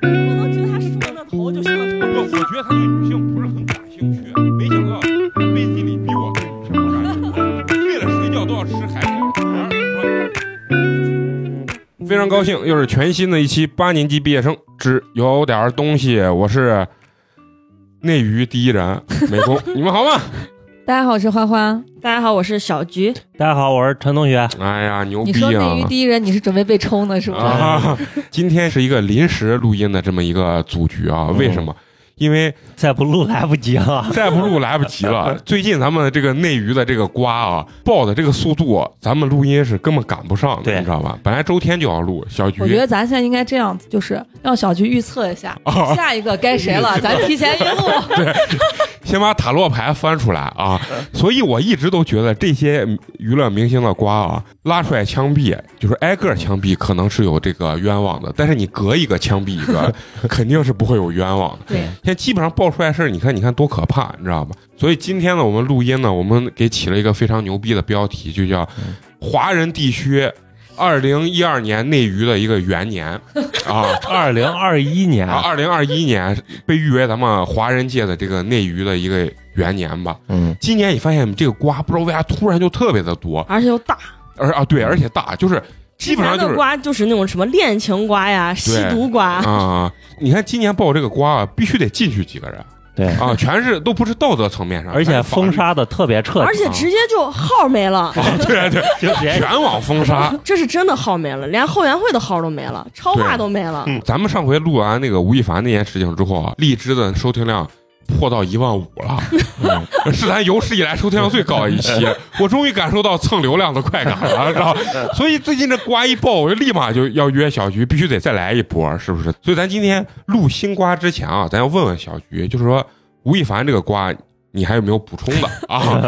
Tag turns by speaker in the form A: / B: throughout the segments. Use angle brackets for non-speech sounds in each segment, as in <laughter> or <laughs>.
A: 不能觉得他梳那头就像
B: 不
A: 头
B: 我觉得他对女性不是很感兴趣，没想到他背地里比我更什么感兴趣。为了睡觉都要吃海草。然而说非常高兴，又是全新的一期八年级毕业生之有点儿东西。我是内娱第一人美工，你们好吗？
C: 大家好，我是欢欢。
D: 大家好，我是小菊。
E: 大家好，我是陈同学。
B: <laughs> 哎呀，牛
C: 你
B: 逼
C: 说
B: 啊
C: 内娱！第一人，你是准备被冲的，是不是？
B: 啊，今天是一个临时录音的这么一个组局啊，为什么？因为
E: 再不录来不及啊了。
B: 再不录来不及了。
C: <laughs>
B: 最近咱们这个内娱的这个瓜啊，爆的这个速度啊，咱们录音是根本赶不上的，
E: 对
B: 你知道吧？本来周天就要录，小
C: 我觉
B: 菊
C: 得咱现在应该这样子，就是让小菊预测一下、
B: <laughs> 啊
C: 下一个该谁了，咱提前预
B: <laughs>
C: 录。
B: 先把塔罗牌翻出来啊，
C: 嗯
B: 所以我一直都觉得这些娱乐明星的瓜啊，拉出来枪毙，就是挨个枪毙，可能是有这个冤枉的，但是你隔一个枪毙一
C: <laughs>
B: 个，肯定是不会有冤枉的。
C: 对，
B: 现在基本上爆出来事儿，你看，你看多可怕，你知道吧？所以今天呢，我们录音呢，我们给起了一个非常牛逼的标题，就叫
E: 嗯
B: “华人地区二零一二年内娱的一个元
E: <laughs>
B: 年”啊。
E: 二零二一年
B: 啊，，二零二一年被誉为咱们华人界的这个内娱的一个元年吧。
E: 嗯，
B: 今年你发现这个瓜不知道为啥突然就特别的多，
D: 而且又大，
B: 而啊对，而且大，就是基
D: 之
B: 本
D: 前
B: 上就是
D: 的瓜就是那种什么恋情瓜呀、吸毒瓜，
B: 啊、你看今年爆这个瓜啊，必须得进去几个人
E: 对，
B: 啊，全是都不是道德层面上，
E: 而
B: 全是
E: 且
B: 法律
E: 封杀的特别彻
D: 而
E: 底，
D: 且直接就号没
B: <laughs>
D: 了，
B: 啊，对对，
E: 就直接
B: 全网封杀。
D: 这是真的号没了，连后援会的号都没了，超话都没了。
B: 嗯，咱们上回录完那个吴亦凡那件事情之后啊，荔枝的收听量破到一万五了，是咱有史以来收听量最高的一期。我终于感受到蹭流量的快感了，知道吧？所以最近这瓜一爆，我就立马就要约小菊，必须得再来一波，是不是？所以咱今天录新瓜之前啊，咱要问问小菊，就是说吴亦凡这个瓜。你还有没有补充的啊？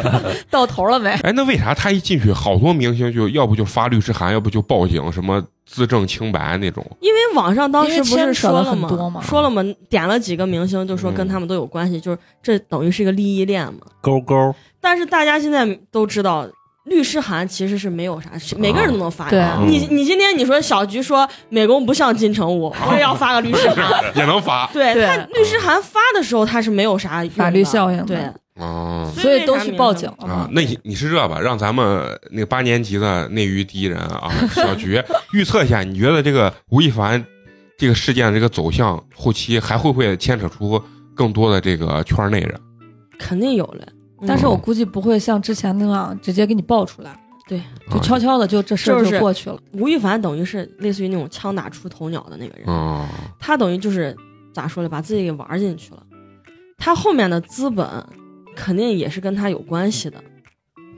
C: 到头了没？
B: 哎，那为啥他一进去，好多明星就要不就发律师函，要不就报警，什么自证清白那种？
D: 因为网上当时不是说了
C: 因为牵扯了很多嘛
D: 吗？说了嘛，点了几个明星，就说
B: 嗯
D: 跟他们都有关系，就是这等于是一个利益链嘛。
E: 勾勾。
D: 但是大家现在都知道，律师函其实是没有啥，是每个人都能发的。
C: 对
B: 啊
D: 你你今天你说小菊说美工不像金城武，我也要发个律师函。
B: <laughs> 也能发
D: <laughs>
B: 啊
D: 对
C: 对
D: 他律师函发的时候，他是没有啥用的
C: 法律效应的
D: 对，？
B: 哦
C: 所以都去报警了
B: 啊
C: 嘛，。
B: 那你你是这吧？让咱们那个八年级的内娱第一人啊，小
C: <laughs>
B: 菊预测一下，你觉得这个吴亦凡这个事件的这个走向，后期还会不会牵扯出更多的这个圈内人？
D: 肯定有嘞。
C: 但是我估计不会像之前那样直接给你爆出来，就
B: 啊
C: 悄悄的就这事儿
D: 就是
C: 过去了。
B: 嗯
D: 吴亦凡等于是类似于那种枪打出头鸟的那个人，
B: 嗯
D: 他等于就是咋说呢，把自己给玩进去了。他后面的资本肯定也是跟他有关系的，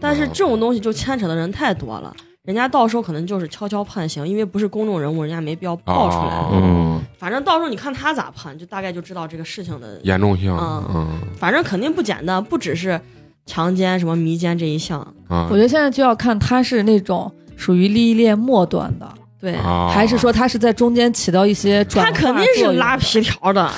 D: 但
B: 哦
D: 是这种东西就牵扯的人太多了，人家到时候可能就是悄悄判刑，因为不是公众人物，人家没必要爆出来。
B: 哦
E: 嗯，
D: 反正到时候你看他咋判，就大概就知道这个事情的
B: 严重性，嗯
D: 嗯反正肯定不简单，不只是强奸、什么迷奸这一项。
B: 啊
C: 我觉得现在就要看他是那种属于利益链末端的，
D: 对，
B: 啊
C: 还是说他是在中间起到一些转
D: 他
C: 化
D: 肯定
C: 作
D: 是
C: 用
D: 拉皮条的，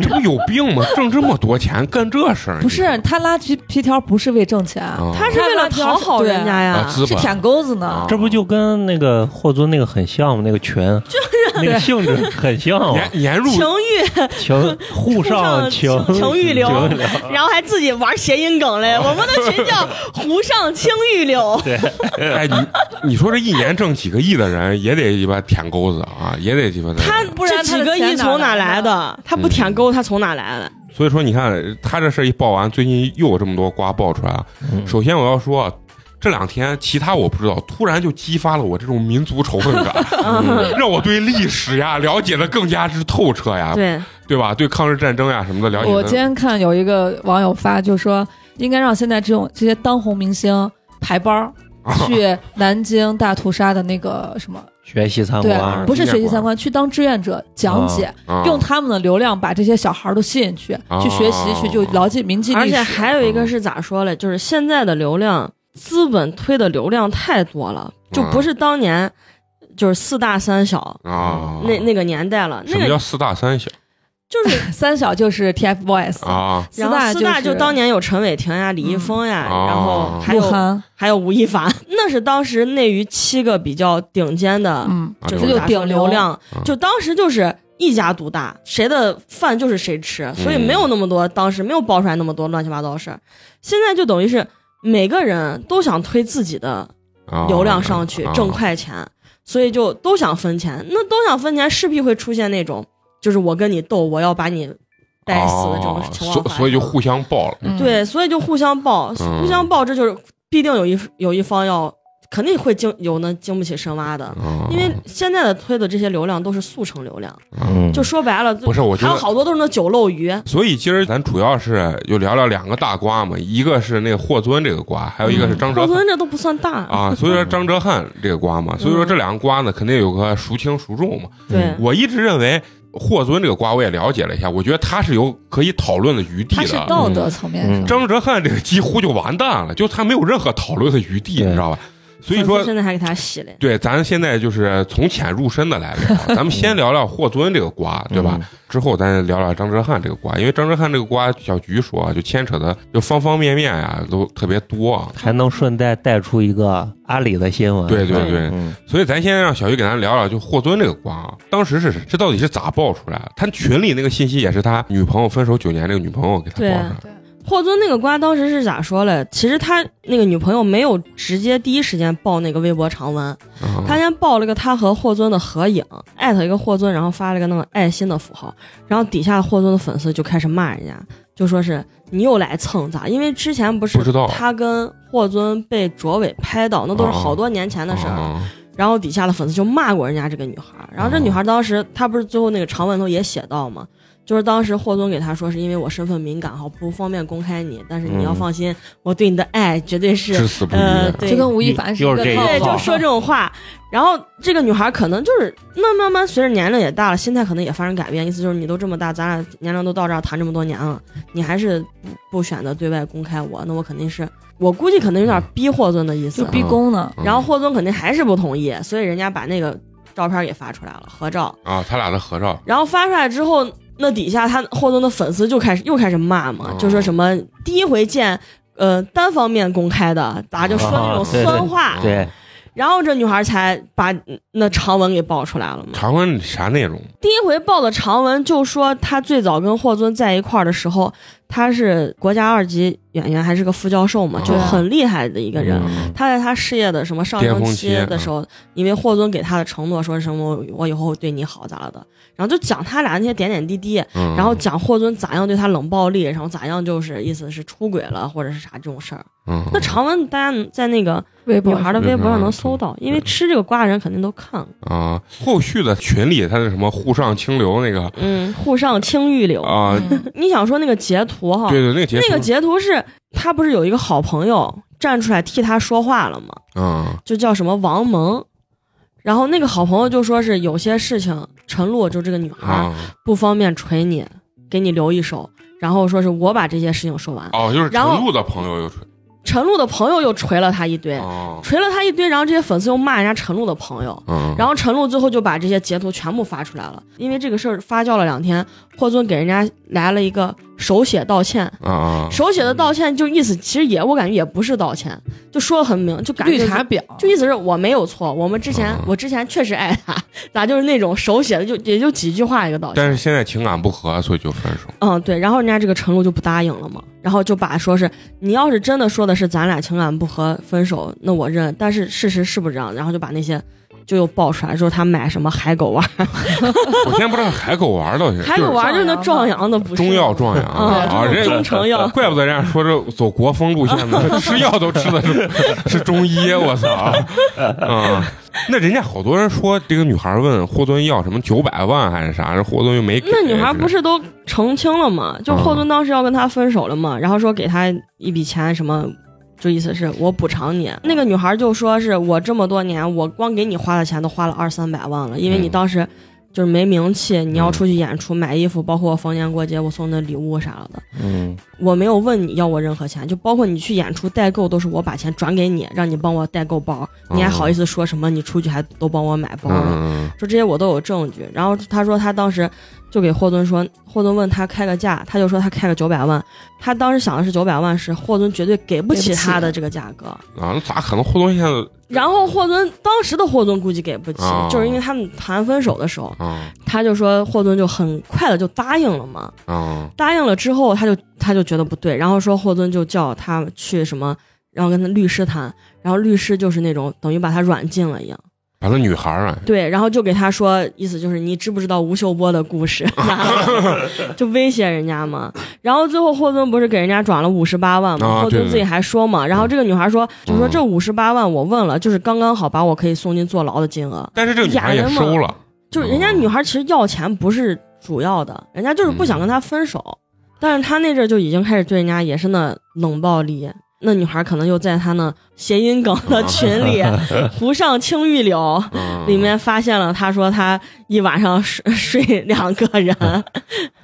B: 这不有病吗？挣这么多钱干这事儿，
C: 不是他拉皮皮条不是为挣钱，
B: 啊
D: 他是为了讨好人家
B: 啊
D: 呀。
B: 资
C: 是
B: 本
C: 舔钩子呢
B: 啊。
E: 这不就跟那个霍尊那个很像吗？那个群，那个性质很像 <laughs> 啊，
B: 年年入
D: 情欲，
E: 情沪上情
D: 情情欲流
E: 情流哦
D: 然后还自己玩谐音梗嘞。我们的群叫“湖上青玉柳
E: <laughs> 对，
B: <laughs> 哎你你说这一年挣几个亿的人也得鸡巴舔钩子啊，也得鸡巴”，的。
D: 他
C: 不然
D: 这
C: 他
D: 几
C: 的
D: 个
C: 钱
D: 亿
C: 哪
D: 从
C: 来
D: 哪来的？
E: 嗯
D: 他不舔沟，他从哪来的？
B: 所以说，你看他这事儿一爆完，最近又有这么多瓜爆出来啊。
E: 嗯
B: 首先我要说，这两天其他我不知道，突然就激发了我这种民族仇恨
D: <laughs>
B: 感，嗯让我对历史呀了解的更加之透彻
E: 啊
B: 呀，
D: 对，
B: 对吧？对抗日战争呀什么的了解
C: 我
B: 得
C: 今天看有一个网友发，就说应该让现在这种这些当红明星排班儿去南京大屠杀的那个什么，
E: 学习参
C: 对啊
D: 啊
E: 观，，
C: 不是学习参观，去当志愿者讲解，
B: 啊
C: 用他们的流量把这些小孩儿都吸引去，
B: 啊
C: 去学习去，就牢记铭记
D: 而
C: 历
D: 且
C: 史。
D: 还有
E: 嗯
D: 一个是咋说嘞？就是现在的流量，资本推的流量太多了，就不是当年就是四大三小
B: 啊，
E: 哦
D: 那那个年代了。
B: 什
D: 那
B: 么
D: 个
B: 叫四大三小
C: <laughs>
D: 就是，
C: 三小就是 TFBOYS，
B: 啊，
C: 四
D: 然后
C: 大
D: 四大
C: 就
D: 就是当年有陈伟霆呀、李易峰呀，
B: 嗯
D: 然后
B: 哦
D: 还
C: 鹿
D: 有
C: 晗，
D: 还有吴亦凡，那是当时内娱七个比较顶尖的，
C: 嗯，
B: 啊
D: 就
B: 这
D: 是
B: 就
D: 咋说
C: 顶流
D: 流量
B: 嗯，
D: 就当时就是一家独大，谁的饭就是谁吃，所以
B: 嗯
D: 没有那么多，当时没有爆出来那么多乱七八糟的事儿。现在就等于是每个人都想推自己的
B: 啊
D: 流量上去
B: 啊
D: 挣快钱，所以就都想分钱。那都想分钱，势必会出现那种就是我跟你斗，我要把你带死的这种情况
B: 哦所
D: 发生。
B: 所以就互相爆了。
C: 嗯，
D: 对，所以就互相爆，
B: 嗯
D: 互相爆，这就是必定有一有一方要肯定会经有那经不起深挖的。
B: 啊
D: 因为现在的推的这些流量都是速成流量，
E: 嗯，
D: 就说白了，就
B: 不是我觉
D: 还有
B: 得。
D: 好多都是那酒
B: <laughs>
D: 漏鱼，
B: 所以今儿咱主要是就聊聊两个大瓜嘛，一个是那个霍尊这个瓜，还有一个是张哲
D: 高
B: 瀚
D: 端这都不算大。
B: 啊。所以说张哲瀚这个瓜嘛，所以说这两个瓜呢，肯定有个孰轻孰重嘛。
D: 对，
B: 我一直认为霍尊这个瓜，我也了解了一下，我觉得他是有可以讨论的余地
C: 他是
B: 的。
C: 道德层面上
E: 嗯，
B: 张哲瀚这个几乎就完蛋了，就他没有任何讨论的余地，
E: 对
B: 你知道吧？所以
D: 粉丝
B: 说，
D: 现在还给他洗嘞，
B: 对，咱现在就是从浅入深的来聊，咱们先聊聊霍尊这个瓜，对
E: 嗯
B: 吧？之后咱聊聊张哲瀚这个瓜，因为张哲瀚这个瓜，小菊说啊，就牵扯的就方方面面呀、都特别多啊。
E: 还能顺带带出一个阿里的新闻。
B: 对对
D: 对
B: 对，
E: 嗯，
B: 所以咱先让小菊给咱聊聊，就霍尊这个瓜啊，当时是这到底是咋爆出来的？他群里那个信息也是他女朋友分手九年那个女朋友给他爆出来的。
D: 霍尊那个瓜当时是咋说嘞？其实他那个女朋友没有直接第一时间爆那个微博长文，
B: 啊
D: 他先爆了个他和霍尊的合影，艾特一个霍尊，然后发了个那个爱心的符号，然后底下霍尊的粉丝就开始骂人家，就说是你又来蹭咋？因为之前不是
B: 不知道
D: 他跟霍尊被卓伟拍到，那都是
B: 啊
D: 好多年前的事儿了。
B: 啊
D: 然后底下的粉丝就骂过人家这个女孩儿，然后这女
C: 哦
D: 孩儿当时她不是最后那个长文头也写到嘛，就是当时霍尊给她说是因为我身份敏感哈，不方便公开你，但是你要
E: 嗯
D: 放心，我对你的爱绝对是
B: 至死不渝。
D: 呃对
C: 就跟吴亦凡是一
E: 又
C: 个
E: 是这一
C: 套
E: 套
D: 对，
C: 路
D: 就说这种话。然后这个女孩儿可能就是那慢慢随着年龄也大了，心态可能也发生改变，意思就是你都这么大，咱俩年龄都到这儿谈这么多年了，你还是不不选择对外公开我，那我肯定是我估计可能有点逼霍尊的意思啊
C: 就，逼宫呢，
B: 嗯
D: 然后霍尊肯定还是不同意，所以人家把那个照片给发出来了，合照。
B: 啊，他俩的合照
D: 然后发出来之后，那底下他霍尊的粉丝就开始又开始骂嘛，
B: 哦
D: 就说什么第一回见，呃，单方面公开的，咋就说那种
E: 哦对
D: 酸话？
B: 对
E: 对，
D: 然后这女孩才把那长文给爆出来了嘛。
B: 长文啥内容？
D: 第一回爆的长文就说她最早跟霍尊在一块儿的时候，她是国家二级演员，还是个副教授嘛，
B: 哦
D: 就很厉害的一个人。
B: 嗯
D: 他在他事业的什么上升期
B: 巅峰期嗯
D: 的时候，因为霍尊给他的承诺说什么我以后会对你好咋了的，然后就讲他俩那些点点滴滴，
B: 嗯
D: 然后讲霍尊咋样对他冷暴力，然后咋样就是意思是出轨了或者是啥这种事儿。
B: 嗯
D: 那长文大家在那个
C: 微博
D: 女孩的
B: 是
D: 微博上
B: 嗯
D: 能搜到，因为吃这个瓜的人肯定都看过。
B: 啊，后续的群里他的什么沪上清流那个
D: 嗯，沪上青玉流，
B: 啊，
C: 嗯
D: 你想说那个截图哈，
B: 对对，那个截
D: 那个
B: 图
D: 截图是他不是有一个好朋友站出来替他说话了吗？
B: 啊
D: 就叫什么王蒙。然后那个好朋友就说是有些事情，陈露就这个女孩、
B: 啊
D: 不方便锤你，给你留一手。然后说是我把这些事情说完，
B: 哦，就是陈
D: 然后
B: 露的朋友又出
D: 陈露的朋友又锤了他一堆，
B: 哦，
D: 锤了他一堆，然后这些粉丝又骂人家陈露的朋友，
B: 嗯，
D: 然后陈露最后就把这些截图全部发出来了。因为这个事儿发酵了两天，霍尊给人家来了一个手写道歉，
B: 啊啊
D: 手写的道歉就意思其实也我感觉也不是道歉，就说得很明，就感觉
C: 绿
D: 就是
C: 茶婊，
D: 就 <laughs> 意思是我没有错，我们之前、
B: 嗯
D: 我之前确实爱他，咱就是那种手写的，就也就几句话一个道歉。
B: 但是现在情感不和，所以就分手。
D: <laughs> 嗯，对，然后人家这个陈露就不答应了嘛，然后就把说是你要是真的说的是咱俩情感不和分手，那我认，但是事实是不是这样？然后就把那些就又爆出来，就是他买什么海狗丸，
B: 我现在不知道海狗丸到底是
D: 海狗丸就是那壮阳的，不
B: 就是
D: 是
B: 中药壮阳
D: 啊，
B: 啊，
D: 就是
B: 人家
D: 中成药。
B: 怪不得人家说这走国风路线
D: <laughs>
B: 的，吃药都吃的是 <laughs> 是中医，我操啊！那人家好多人说，这个女孩问霍尊要什么九百万还是啥，人霍尊又没给。
D: 那女孩不
B: 是
D: 是都澄清了吗？
B: 嗯
D: 就霍尊当时要跟她分手了嘛，然后说给她一笔钱，什么，就意思是我补偿你。那个女孩就说是我这么多年，我光给你花的钱都花了二三百万了，因为你
B: 嗯
D: 当时就是没名气，你要出去演出、买衣服，包括逢年过节我送你的礼物啥的，
E: 嗯，
D: 我没有问你要我任何钱，就包括你去演出代购都是我把钱转给你，让你帮我代购包，你还好意思说什么你出去还都帮我买包了？
B: 哦嗯
D: 说这些我都有证据。然后他说他当时就给霍尊说，霍尊问他开个价，他就说他开个九百万，他当时想的是九百万是霍尊绝对给不
C: 给
D: 起
C: 不起
D: 他的这个价格，
B: 啊，那咋可能？霍东现在
D: 然后霍尊当时的霍尊估计给不起，
B: 哦
D: 就是因为他们谈分手的时候，
B: 啊
D: 他就说霍尊就很快的就答应了嘛，
B: 啊
D: 答应了之后，他就他就觉得不对，然后说霍尊就叫他去什么，然后跟他律师谈，然后律师就是那种等于把他软禁了一样，
B: 把那女孩儿啊，
D: 对，然后就给他说，意思就是你知不知道吴秀波的
B: <laughs>
D: 故事， <laughs> 就威胁人家嘛。然后最后霍尊不是给人家转了五十八万嘛，
B: 啊
D: 霍
B: 对
D: 尊
B: 对
D: 自己还说嘛，然后这个女孩说，就说
B: 嗯
D: 这五十八万我问了，就是刚刚好把我可以送进坐牢的金额，
B: 但是这个女孩也收了，
D: 就是人家
B: 哦
D: 女孩其实要钱不是主要的，人家就是不想
B: 嗯
D: 跟他分手，但是他那阵儿就已经开始对人家也是那冷暴力。那女孩可能又在他那谐音梗
B: 啊
D: 的群
B: <laughs>
D: 里，湖上青玉柳
B: 嗯
D: 里面发现了，他说他一晚上睡睡两个人，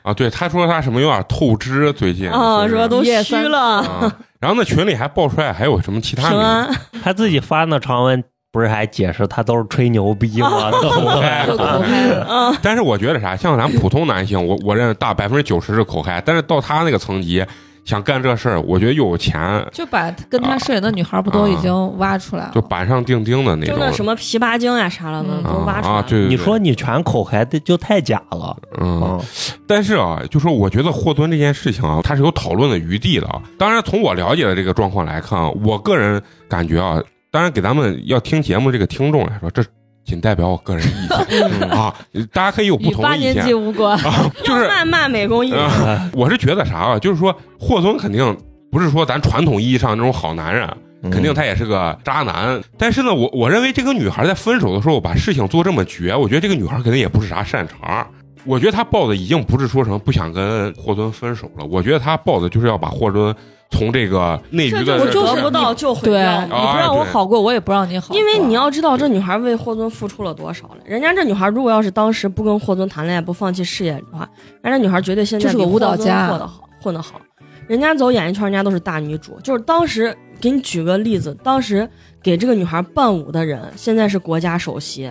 B: 啊，对，他说他什么有点透支，最近
D: 啊，
B: 就是
D: 说都
C: 一夜
D: 虚
C: 三
D: 了，
B: 啊，然后那群里还爆出来还有什么其他
D: 平
B: 名字
D: 安，
E: 他自己发那长文，不是还解释他都是吹牛逼吗？
D: 哦
E: <laughs>
B: 嗨
C: 就口嗨
D: <laughs>
C: 了。
D: 嗯，
B: 但是我觉得啥，像咱普通男性，我我认为大百分之九十是口嗨，但是到他那个层级，想干这事儿，我觉得又有钱，
C: 就把跟他睡的那女孩不都已经挖出来了？
B: 就板上钉钉的那种。
D: 就那什么琵琶精呀啥了的
C: 嗯
D: 都
B: 啊
D: 挖出来
B: 啊，
D: 了。
B: 对对对，
E: 你说你全口嗨，这就太假了。
B: 嗯
E: 嗯，
B: 但是啊，就说我觉得霍尊这件事情啊，它是有讨论的余地的啊。当然，从我了解的这个状况来看啊，我个人感觉啊，当然给咱们要听节目这个听众来说，这仅代表我个人意见啊，大家可以有不
C: 与
B: 同
C: 八
B: 的意
D: <laughs>
C: 年级
B: 见。
C: 无关，
B: 啊， <laughs> 就是
D: 要谩骂美工艺，
B: 啊我是觉得啥啊，就是说霍尊肯定不是说咱传统意义上那种好男人， <laughs> 啊肯定他也是个渣男。但是呢，我我认为这个女孩在分手的时候把事情做这么绝，我觉得这个女孩肯定也不是啥善茬。我觉得她抱的已经不是说什么不想跟霍尊分手了，我觉得她抱的就是要把霍尊从这个内
D: 这
B: 娱
D: <laughs> 就
B: 的
D: 是
C: 我就
D: 得
C: 是
D: 不到就毁
C: 对
D: 掉
C: 你
B: 啊
C: 不让我好过，我也不让你好过。
D: 因为你要知道，这女孩为霍尊付出了多少了。人家这女孩如果要是当时不跟霍尊谈恋爱，不放弃事业的话，人家这女孩绝对现在
C: 就是个
D: 比
C: 舞蹈
D: 霍尊
C: 家
D: 混得好，混得好。人家走演艺圈，人家都是大女主。就是当时给你举个例子，当时给这个女孩伴舞的人，现在是国家首席。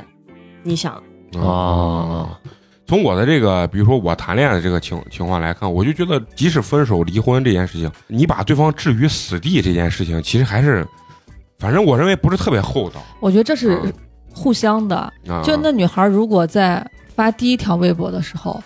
D: 你想，
E: 嗯啊，
B: 嗯从我的这个，比如说我谈恋爱的这个情情况来看，我就觉得，即使分手、离婚这件事情，你把对方置于死地这件事情，其实还是，反正我认为不是特别厚道。
C: 我觉得这是互相的。
B: 啊、
C: 就那女孩如果在发第一条微博的时候，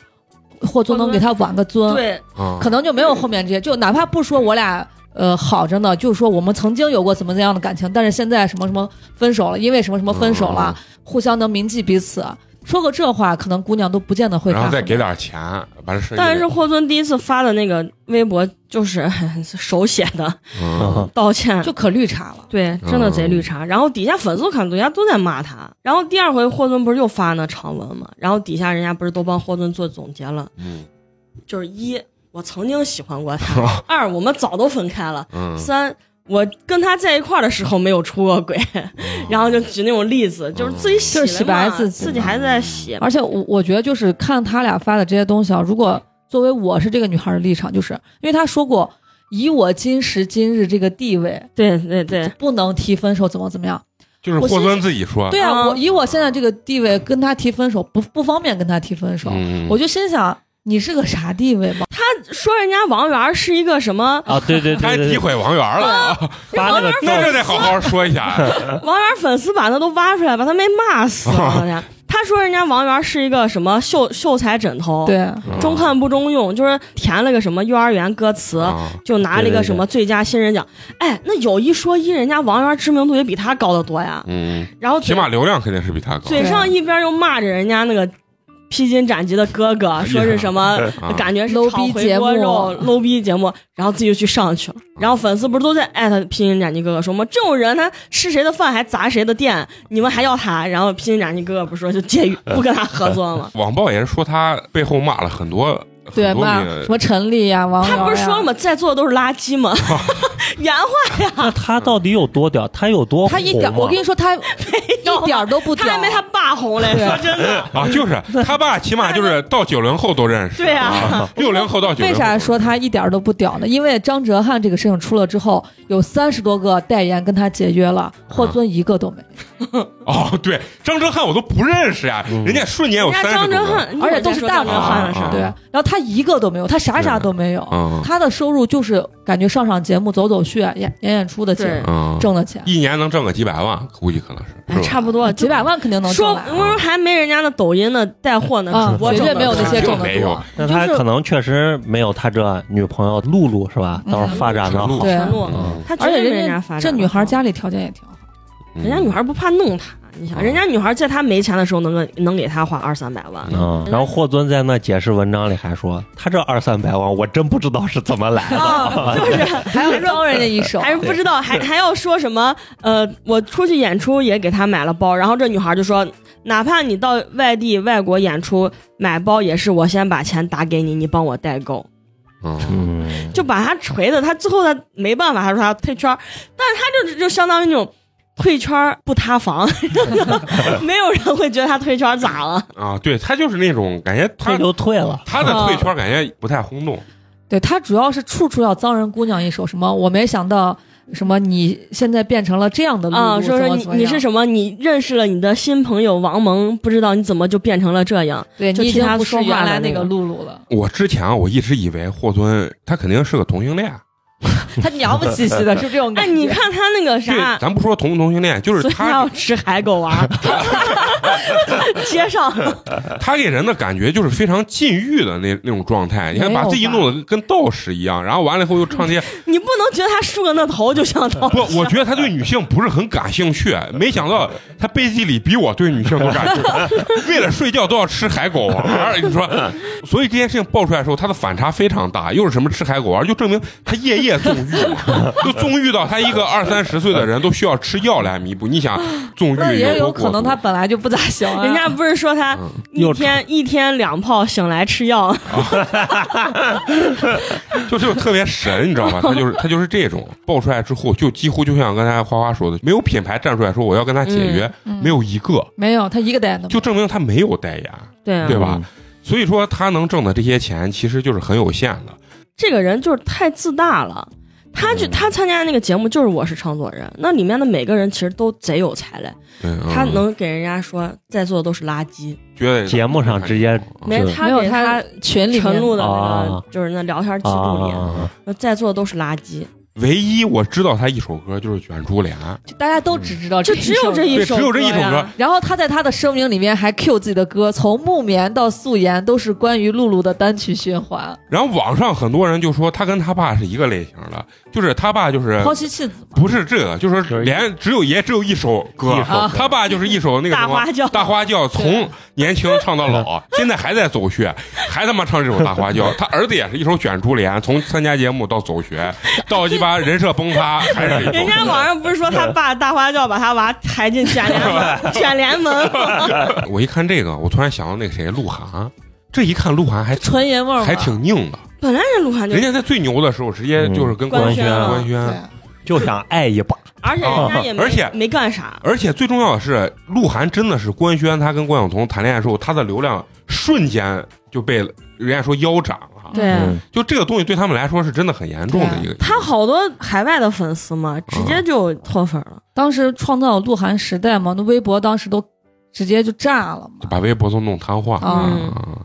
C: 或尊能给她挽个尊，
D: 对，
B: 啊，
C: 可能就没有后面这些。就哪怕不说我俩呃好着呢，就是说我们曾经有过怎么怎样的感情，但是现在什么什么分手了，因为什么什么分手了，互相能铭记彼此。说个这话，可能姑娘都不见得哎会发火。
B: 然后再给点钱，把这事。
D: 但是霍尊第一次发的那个微博就是 <laughs> 手写的
E: <laughs>
B: 嗯，
D: 道歉，
C: 就可绿茶了。
D: 对，真的贼绿茶。然后底下粉丝看，人家都在骂他。然后第二回霍尊不是又发那长文嘛，然后底下人家不是都帮霍尊做总结了，
B: 嗯
D: 就是一，我曾经喜欢过他；
B: 嗯
D: 二，我们早都分开了；
B: 嗯，
D: 三，我跟他在一块儿的时候没有出过轨。然后就举那种例子，就是自己洗了嘛
C: 就是洗白自己嗯
D: 自己还在洗。
C: 而且我我觉得就是看他俩发的这些东西啊，如果作为我是这个女孩的立场，就是因为他说过，以我今时今日这个地位，
D: 对对对，
C: 不能提分手，怎么怎么样？
B: 就是霍尊自己说，
C: 对啊，
D: 啊
C: 我以我现在这个地位跟他提分手，不不方便跟他提分手。
B: 嗯，
C: 我就心想，你是个啥地位嘛？
D: 说人家王源是一个什么？
E: 啊，对对
B: 他还
E: 对对
B: 诋
E: 对，
B: 毁王源了，
E: 发那个
B: <laughs> 那这得好好说一 <laughs> 下。
D: 王源粉丝把他都挖出来，把他没骂死了。人家他说人家王源是一个什么秀秀才枕头？。
C: 对，
B: 嗯
D: 中看不中用，就是填了个什么幼儿园歌词，
B: 啊，
D: 就拿了一个什么最佳新人奖。哎，那有一说一，人家王源知名度也比他高得多呀。
B: 嗯，
D: 然后嘴
B: 起码流量肯定是比他高。
D: 嘴上一边又骂着人家那个披荆斩棘的哥哥，说是什么
B: 哎 <laughs> 啊？
D: 感觉是
C: Low
D: 炒
C: 逼
D: 回
C: 节
D: 锅
C: 目
D: 肉、low 逼节目，然后自己就去上去了。然后粉丝不是都在艾特披荆斩棘哥哥说吗？这种人他吃谁的饭还砸谁的店，你们还要他？然后披荆斩棘哥哥不是说就介于不跟他合作吗
B: 网暴也是说他背后骂了很多，
C: 对
B: 很多
C: 嘛？
B: 女
C: 什么陈丽呀、王
D: 他
C: 源
D: 不是
C: 呀哦
D: <laughs> 说嘛，在座的都是垃圾嘛，原话
E: 那他到底有多屌？他有多
C: 他一点，
E: 红
C: 我
E: 啊
C: 跟你说，他一点儿都不屌，
D: 啊他还没他爸红嘞，
C: 对
D: 说真的，
B: <laughs> 啊，就是他爸起码就是到九零后都认识，
D: 对啊，
B: <laughs> 六零后到九零
C: 为
B: 后
C: 啥说他一点儿都不屌呢？因为张哲瀚这个事情出了之后，有三十多个代言跟他解约了，霍尊一个都没。
B: 哦，对，张哲瀚我都不认识呀，
E: 嗯
B: 人家瞬间有
D: 人家
B: 三十
D: 张
B: 多
D: 哲
B: 个，
D: 瀚，
C: 而且都是大
D: 哲
C: 牌
D: 瀚的事
B: 啊
D: 儿，
C: 对，然后他一个都没有，他啥啥都没有，
B: 嗯
C: 他的收入就是感觉上上节目、走走穴、演演演出的钱
D: 对，
B: 嗯，
C: 挣的钱，
B: 一年能挣个几百万，估计可能是，
D: 哎，
B: 是吧？
D: 差不多
C: 几百万肯定能
D: 说，
C: 挣
D: 我
C: 来
D: 跟你说还没人家那抖音的带货呢，
C: 啊
D: 主，播
C: 绝
D: 挣
C: 对
D: 的
C: 没有那些
D: 多
C: 挣
B: 没
C: 的
B: 有
C: 多。
E: 那他
C: 就是
E: 可能确实没有他这女朋友露露是吧？
C: 嗯
E: 到时候发展的好，
C: 对
D: 全路，
B: 嗯
D: 他绝
C: 而且
D: 对没
C: 人
D: 家
C: 家
D: 发展
C: 这
D: 得
C: 女孩
D: 好
C: 家里条件也挺好，
D: <laughs> 人家女孩不怕弄他，你想，
B: 嗯
D: 人家女孩在他没钱的时候能给能给他花二三百万，
E: 嗯，然后霍尊在那解释文章里还说，他这二三百万我真不知道是怎么来的。
D: 啊，就是
C: 还要招人家一手，
D: 还是不知道，还还要说什么？呃，我出去演出也给他买了包，然后这女孩就说，哪怕你到外地外国演出买包，也是我先把钱打给你，你帮我代购，
B: 嗯，
E: 嗯，
D: 就把他锤的，他最后他没办法，他说他要退圈儿，但是他就就相当于那种。退圈儿不塌房， <laughs> 没有人会觉得他退圈儿咋了？
B: 啊，对他就是那种感觉
E: 退
B: 他
E: 就退了，
B: 他的退圈感觉不太轰动，
C: 对他主要是处处要脏人姑娘一手，什么我没想到，什么你现在变成了这样的路，
D: 啊，说
C: 怎
D: 说
C: 么
D: 你
C: 怎么
D: 你
C: 样
D: 是什么？你认识了你的新朋友王蒙，不知道你怎么就变成了这样？
C: 对
D: 就
C: 你已
D: 听
C: 经
D: 他
C: 不是
D: 说话
C: 原
D: 的
C: 来
D: 那
C: 那个
D: 个
C: 露露 <laughs> 了，
B: 我之前啊我一直以为霍尊他肯定是个同性恋，啊
C: 他娘不兮兮的，是这
D: <laughs>
C: 种
D: 哎，
C: 感觉。
D: 你看他那个
B: 对
D: 啥，，
B: 咱不说同不同性恋，就是
D: 所以他要
B: 他
D: 吃海狗娃， <laughs> 接上
B: 他给人的感觉就是非常禁欲的那那种状态，你看
C: 没有
B: 把自己
C: 吧
B: 弄得跟道士一样，然后完了以后又唱这些，
D: 你不能觉得他梳个那头就像头。
B: 不，我觉得他对女性不是很感兴
C: <laughs>
B: 趣，没想到他背地里比我对女性都感
C: <laughs>
B: 兴趣，为了睡觉都要吃海狗丸。你说，所以这件事情爆出来的时候，他的反差非常大，又是什么吃海狗丸，就证明他夜夜纵
C: <laughs>
B: 欲嘛，就纵欲到他一个二三十岁的人都需要吃药来弥补。你想，纵
C: 那
B: 欲
C: 也
B: 有
C: 有
B: 多过
C: 可能
B: 度
C: 他本来就不咋行、啊，
D: 人家不是说他
B: 嗯
D: 一天一天两泡醒来吃药，
B: 就就特别神，你知
C: <laughs>
B: 道吗？他就是他就是这种爆出来之后，就几乎就像刚才花花说的，没有品牌站出来说我要跟他解约，
C: 嗯
B: 没有一个，
C: 没有他一个代言都没有
B: 就证明他没有代言，
D: 对啊
B: 对
E: 嗯
B: 吧？所以说他能挣的这些钱其实就是很有限的。
D: 这个人就是太自大了。他就
B: 嗯
D: 他参加那个节目就是《我是唱作人》，那里面的每个人其实都贼有才嘞，
B: 对，嗯
D: 他能给人家说在座的都是垃圾，
B: 觉得
E: 节目上直接
B: 哦
D: 没人
E: 是
D: 他
C: 没有
D: 给
C: 他
D: 他
C: 群里面
D: 陈露的那个
E: 啊
D: 就是那聊天记录
B: 哦
D: 里，
E: 啊，
D: 说在座的都是垃圾，
B: 嗯唯一我知道他一首歌就是《卷珠帘》，
C: 就大家都只知道
D: 就
C: 这
D: 只有这
C: 一首歌。
D: 一
B: 对
D: 首，
B: 只有这一首歌
D: 呀。
C: 然后他在他的声明里面还 Q 自己的歌，从木棉到素颜都是关于露露的单曲循环，
B: 然后网上很多人就说他跟他爸是一个类型的，就是他爸就是
C: 抛妻弃子嘛。
B: 不是这个，就是说连只有也只有一首歌
E: 一首
C: 啊
E: 歌，
B: 他爸就是一首那个什
D: 大
B: 么
D: 花轿，
B: 大花轿从年轻唱到老， <laughs> 现在还在走穴，还他妈唱这首大花
E: <laughs>
B: 轿。他儿子也是一首卷珠帘，从参加节目到走穴，到鸡巴人设崩塌，还是一首
D: <laughs> 人家网上不是说他爸大花轿把他娃抬进
B: <laughs>
D: 卷帘门，卷帘门吗？
B: 我一看这个，我突然想到那个谁，鹿晗。这一看鹿晗还挺
C: 纯爷们儿嘛
B: 还挺硬的，
D: 本来人鹿晗就
B: 人，家在最牛的时候直接就是跟
D: 官
B: 官
D: 宣了
B: 官
C: 对
B: 宣。
C: 啊
E: 就想爱一把，
D: 而且人家也没
B: 哦而且
D: 没干啥，
B: 而且最重要的是，鹿晗真的是官宣他跟关晓彤谈恋爱的时候，他的流量瞬间就被人家说腰斩了。
D: 对啊
E: 嗯
B: 就这个东西对他们来说是真的很严重的一个。
D: 他好多海外的粉丝
B: 嗯
D: 嘛，直接就脱粉了。
C: 当时创造鹿晗时代嘛，那微博当时都直接就炸了
B: 就
C: 嘛。
B: 把微博都弄瘫痪了。
C: 啊
D: 嗯，
B: 啊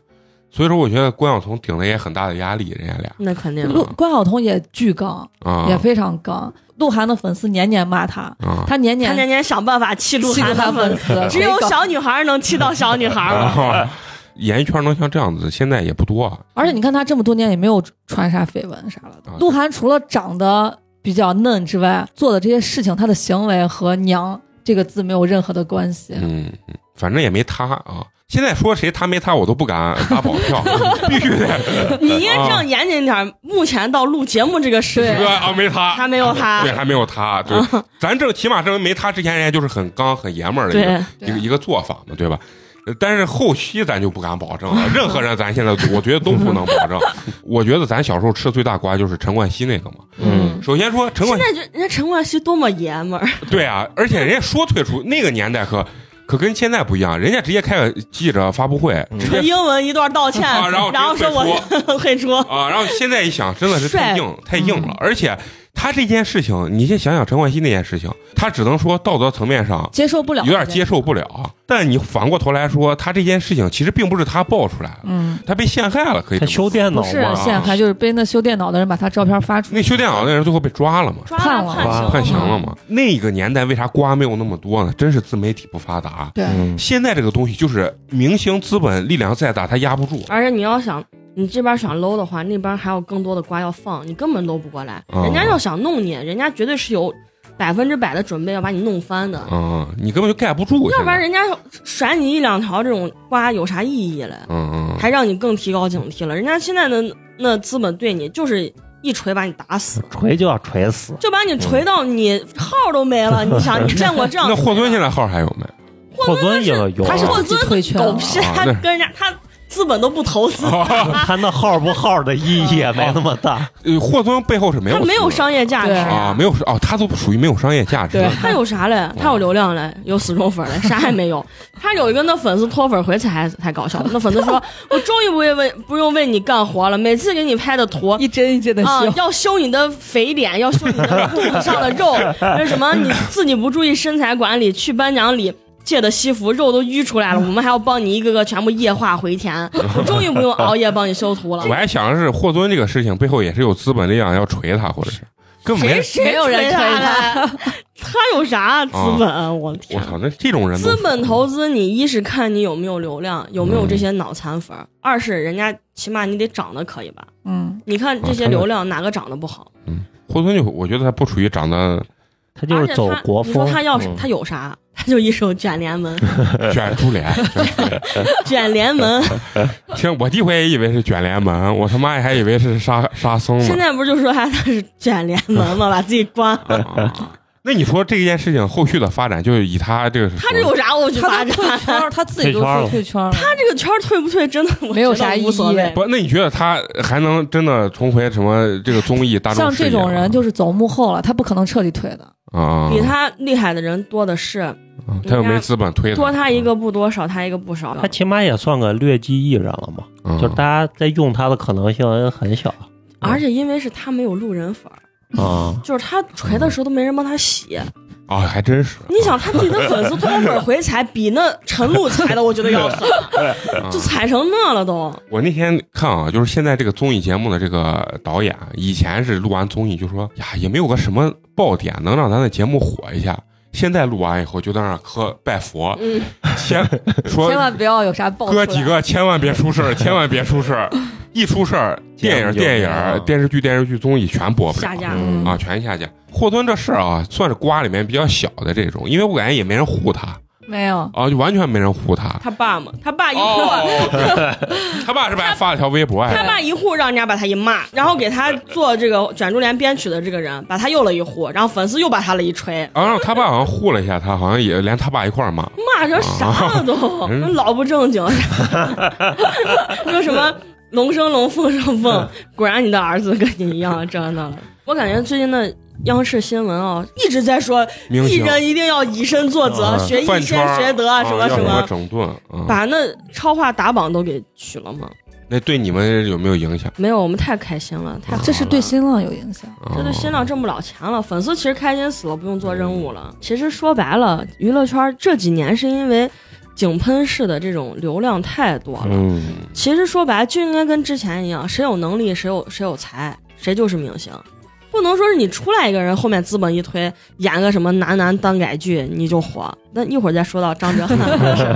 B: 所以说，我觉得关晓彤顶了也很大的压力，人家俩
D: 那肯定。
C: 鹿关晓彤也巨刚，
B: 嗯啊
C: 也非常刚。鹿晗的粉丝年年骂他，
B: 啊
C: 他年
D: 他
C: 年
D: 年年想办法气鹿
C: 气
D: 晗
C: 他
D: 的粉丝，
C: 丝，
D: 只有小女孩能气到小女孩嘛。
B: <laughs> 啊！演艺圈能像这样子，现在也不多啊。
C: 而且你看他这么多年也没有传啥绯闻啥了的
B: 啊。
C: 鹿晗除了长得比较嫩之外，做的这些事情，他的行为和“娘”这个字没有任何的关系。
B: 嗯，嗯反正也没他啊。现在说谁他没他，我都不敢呃打保
D: <laughs>
B: 票，必须得
D: 你应
B: 啊
D: 该这样严谨点儿。目前到录节目这个时
B: 对
D: 间，
B: 啊，没他，
D: 他没有他嗯
B: 对，。还没有他，对，咱这起码证明没他之前，人家就是很刚、很爷们儿的一个
D: 对
B: 一个一个做法嘛，对吧？但是后期咱就不敢保证
D: 嗯
B: 了，任何人咱现在我觉得都不能
D: <laughs>
B: 保证。我觉得咱小时候吃的最大瓜就是陈冠希那个嘛。
E: 嗯，
B: 首先说陈
D: 现
B: 冠，
D: 在就人家陈冠希多么爷们儿，
B: 对啊，而且人家说退出那个年代可可跟现在不一样，人家直接开个记者发布会，直接
D: 英文一段道
B: <laughs>
D: 歉，
B: 啊然后
D: 嗯然后
B: 直接
D: 说我 <laughs> 退出，
B: 啊，然后现在一想，真的是太
D: 帅嗯
B: 硬太硬了，而且他这件事情，你先想想陈冠希那件事情，他只能说道德层面上
C: 接受不了，
B: 有点接，受不了，啊但你反过头来说，他这件事情其实并不是他爆出来的，
C: 嗯，
B: 他被陷害了，可以这
E: 他
B: 么
E: 修电脑
C: 不是
E: 嘛，
C: 陷害，就是被那修电脑的人把他照片发出
B: 那修电脑的人最后被抓了嘛，
D: <laughs> 抓
C: 判了
D: 了刑
B: 判
D: 判
B: 刑了嘛。
D: 嗯
B: 那个年代为啥瓜没有那么多呢？真是自媒体不发达。啊
C: 对
E: 嗯，
B: 现在这个东西就是明星资本力量再大，他压不住。
D: 而且你要想，你这边想搂的话，那边还有更多的瓜要放，你根本搂不过来。
B: 嗯
D: 人家要想弄你，人家绝对是有百分之百的准备要把你弄翻的，
B: 嗯，你根本就盖不住。
D: 要不然
B: 现在，
D: 人家甩你一两条这种瓜有啥意义嘞？
B: 嗯嗯，
D: 还让你更提高警惕了。人家现在的那资本对你就是一锤把你打死，
B: 嗯
E: 锤就要锤死，
D: 就把你锤到你号都没了。你想，你见过这
B: <laughs>
D: 样？
B: 那霍尊现在号还有没？
E: 霍尊也有啊，
C: 他是
D: 霍
C: 自己
D: 尊
C: 退圈了
D: 狗屁，
B: 啊哦
D: 他
B: 那
D: 跟人家他资本都不投资，
E: 他那号不号的意义也没那么
D: 哦
E: 大，
B: 呃霍尊背后是没有
D: 他没有商业价值
C: 对
B: 啊，
D: 呀
B: 没。有哦，他都不属于没有商业价值
C: 对。
D: 他有啥嘞？他有流量嘞，有死忠粉嘞，啥也没有。 <laughs> 他有一个那粉丝脱粉回才才搞笑，那粉丝说：“我终于不会为不用为你干活了，每次给你拍的图
C: <laughs> 一针一针的
D: 啊、
C: 修，
D: 要修你的肥脸，要修你的肚子上的
C: <laughs>
D: 肉，那什么你自己不注意身材管理，去颁奖礼借的西服肉都淤出来了，我们还要帮你一个个全部液化
C: <laughs>
D: 回填，我终于不用熬夜帮你修图了
B: 我。还想的是，霍尊这个事情背后也是有资本力量要锤他，或者是根本没
D: 谁
B: 人。
D: 谁
C: 没有人啊
D: 推
C: 推
D: 他嘞， <laughs> 他有啥资本？啊我
B: 我
D: 的天！
B: 操，那这种人都
D: 资本投资你，一是看你有没有流量，有没有
E: 嗯
D: 这些脑残粉儿；二是人家起码你得长得可以吧？
C: 嗯，
D: 你看这些
B: 啊他们
D: 流量哪个长得不好？
B: 霍尊就我觉得他不属于长得
E: 他就是走
D: 而且他
E: 国
D: 你说
E: 风。
D: 他要是
E: 嗯
D: 他有啥？他就一手卷
E: <laughs>
D: 帘门，
E: 哎
B: 卷珠
D: <laughs>
B: 帘，
D: 卷帘门。
B: 听我第一回也以为是卷帘门，我他妈还以为是沙沙僧
D: 现
B: 呢。
D: 在不就说他他是卷帘门吗？把自己关。
E: 嗯
B: 啊那你说这件事情后续的发展，就是以他这个
D: 他这有啥我去
C: 他
D: 发
C: 都
D: 展？
C: 退圈儿，他自己都说退圈了，
D: 他这个圈儿退不退，真的我
C: 没有
D: 觉得
C: 啥
D: 无所
C: 意义
D: 谓。
B: 不？那你觉得他还能真的重回什么这个综艺大众
C: 像
B: 视野
C: 这
B: 吗？
C: 种人就是走幕后了，他不可能彻底退的，
B: 啊，
D: 比他厉害的人多的是，
B: 啊他又没资本推
D: 多他一
E: 嗯
D: 个不多，少他一个不少。
E: 他起码也算个劣迹艺人了嘛，
B: 嗯
E: 就是大家在用他的可能性很小
D: 而且因为是他没有路人粉儿，
B: 嗯
E: 啊。
D: 就是他锤的时候都没人帮他洗。
B: 啊，还真是。
D: 你想他自己的粉丝脱粉回踩，比那陈露踩的我觉
B: <laughs>
D: 得要狠，
B: 啊
C: 嗯
D: 就踩成那了都。
B: 我那天看啊，就是现在这个综艺节目的这个导演，以前是录完综艺就说呀，也没有个什么爆点能让咱的节目火一下。现在录完以后就在那儿磕拜
C: <laughs>
B: 佛，
D: 嗯，
B: 先说
C: 千万不要有啥爆出
B: 哥
C: 来。
B: 几个千万别出事儿，千万别出事儿，一出事儿，电影
E: 节目就
C: <laughs>
B: 电
E: 没
C: 哎
E: 了
B: 影电视剧电视剧综艺全播不了
D: 下架。
E: 嗯
B: 啊，全下架。霍尊这事儿啊，算是瓜里面比较小的这种，因为我感觉也没人护他
C: 没有，
B: 啊，就完全没人护他。
D: 他爸嘛，他
C: 哎
D: 爸一过。
B: 哦，对他爸是不是还发了条微博
D: 他
B: 哎？
D: 爸一户让人家把他一骂，然后给他做这个卷珠帘编曲的这个人，把他又了一户，然后粉丝又把他了一锤，
B: 然后啊他爸好像护了一下他，好像也连他爸一块儿骂。
D: 骂成啥了都，
B: <laughs> 嗯
D: 老不正经， <laughs> 说什么龙生龙，凤生
B: 嗯
D: 凤，果然你的儿子跟你一样，这那的。我感觉最近的央视新闻啊，一直在说
B: 明
D: 艺
B: 星
D: 人一定要以身作则，
E: 啊
D: 学艺
B: 饭
D: 先
B: 圈儿
D: 学德，什么
B: 啊要
D: 什
B: 么
D: 么，
B: 整顿啊？
D: 把那超话打榜都给取了吗？
B: 那对你们有没有影响？
D: 没有，我们太开心了，太好
C: 这是
D: 了
C: 对新浪有影响。
B: 啊
D: 这对新浪挣不了钱了，粉丝其实开心死了，不用做任务
B: 嗯
D: 了。其实说白了，娱乐圈这几年是因为井喷式的这种流量太多了。
B: 嗯，
D: 其实说白了就应该跟之前一样，谁有能力谁有谁有才，谁就是明星。不能说是你出来一个人，后面资本一推，演个什么男男耽改剧你就火。那一会儿再说到张哲瀚的事儿，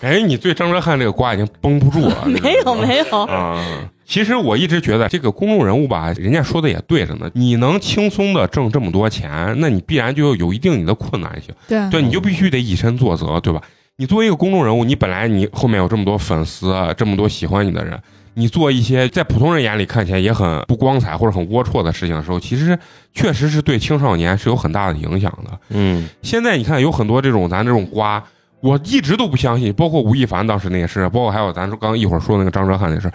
B: 感觉你对张哲瀚这个瓜已经绷不住了。
D: <laughs> 没有没有，
B: 啊。其实我一直觉得这个公众人物吧，人家说的也对着呢。你能轻松的挣这么多钱，那你必然就有一定你的困难性，
C: 对
D: 嗯
C: 啊，
B: 对，你就必须得以身作则，对吧？你作为一个公众人物，你本来你后面有这么多粉丝，啊这么多喜欢你的人，你做一些在普通人眼里看起来也很不光彩或者很龌龊的事情的时候，其实确实是对青少年是有很大的影响的。
E: 嗯，
B: 现在你看有很多这种咱这种瓜，我一直都不相信，包括吴亦凡当时那也是，包括还有咱刚一会儿说那个张哲瀚也是，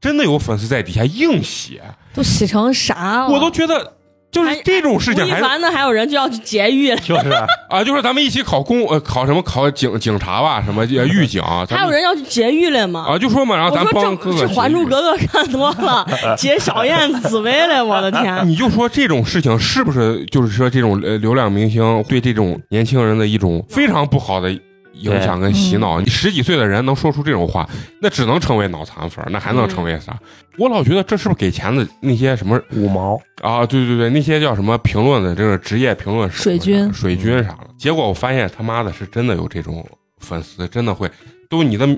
B: 真的有粉丝在底下硬写，
C: 都洗成啥了？啊
B: 我都觉得就是这种事情
D: 哦哎吴亦
B: 还是
D: 凡呢，还有人就要去劫狱了，
B: <laughs>
E: 就是
B: 啊，就是咱们一起考公呃考什么考警警察吧，什么呃狱警
D: <laughs>
B: 啊，咱
D: 还有
B: 们
D: 人要去劫狱了嘛？
B: 啊就说嘛，然后
D: 我
B: 咱
D: 说
B: 帮
D: 这
B: 哥
D: 不
B: 哥
D: 是《还珠
B: 去
D: 格格》看多 <laughs> 了，劫小燕紫薇 <laughs> 了，我的天！
B: 你就说这种事情是不是就是说这种呃流量明星对这种年轻人的一种非常不好的影响跟洗脑？你十几岁的人能说出这种话，那只能成为脑残粉，那还能成为啥？我老觉得这是不是给钱的那些什么
E: 五毛，
B: 啊？对对对，那些叫什么评论的这个职业评论手
C: 水军
B: 水军啥的。结果我发现他妈的是真的有这种粉丝，真的会都你的。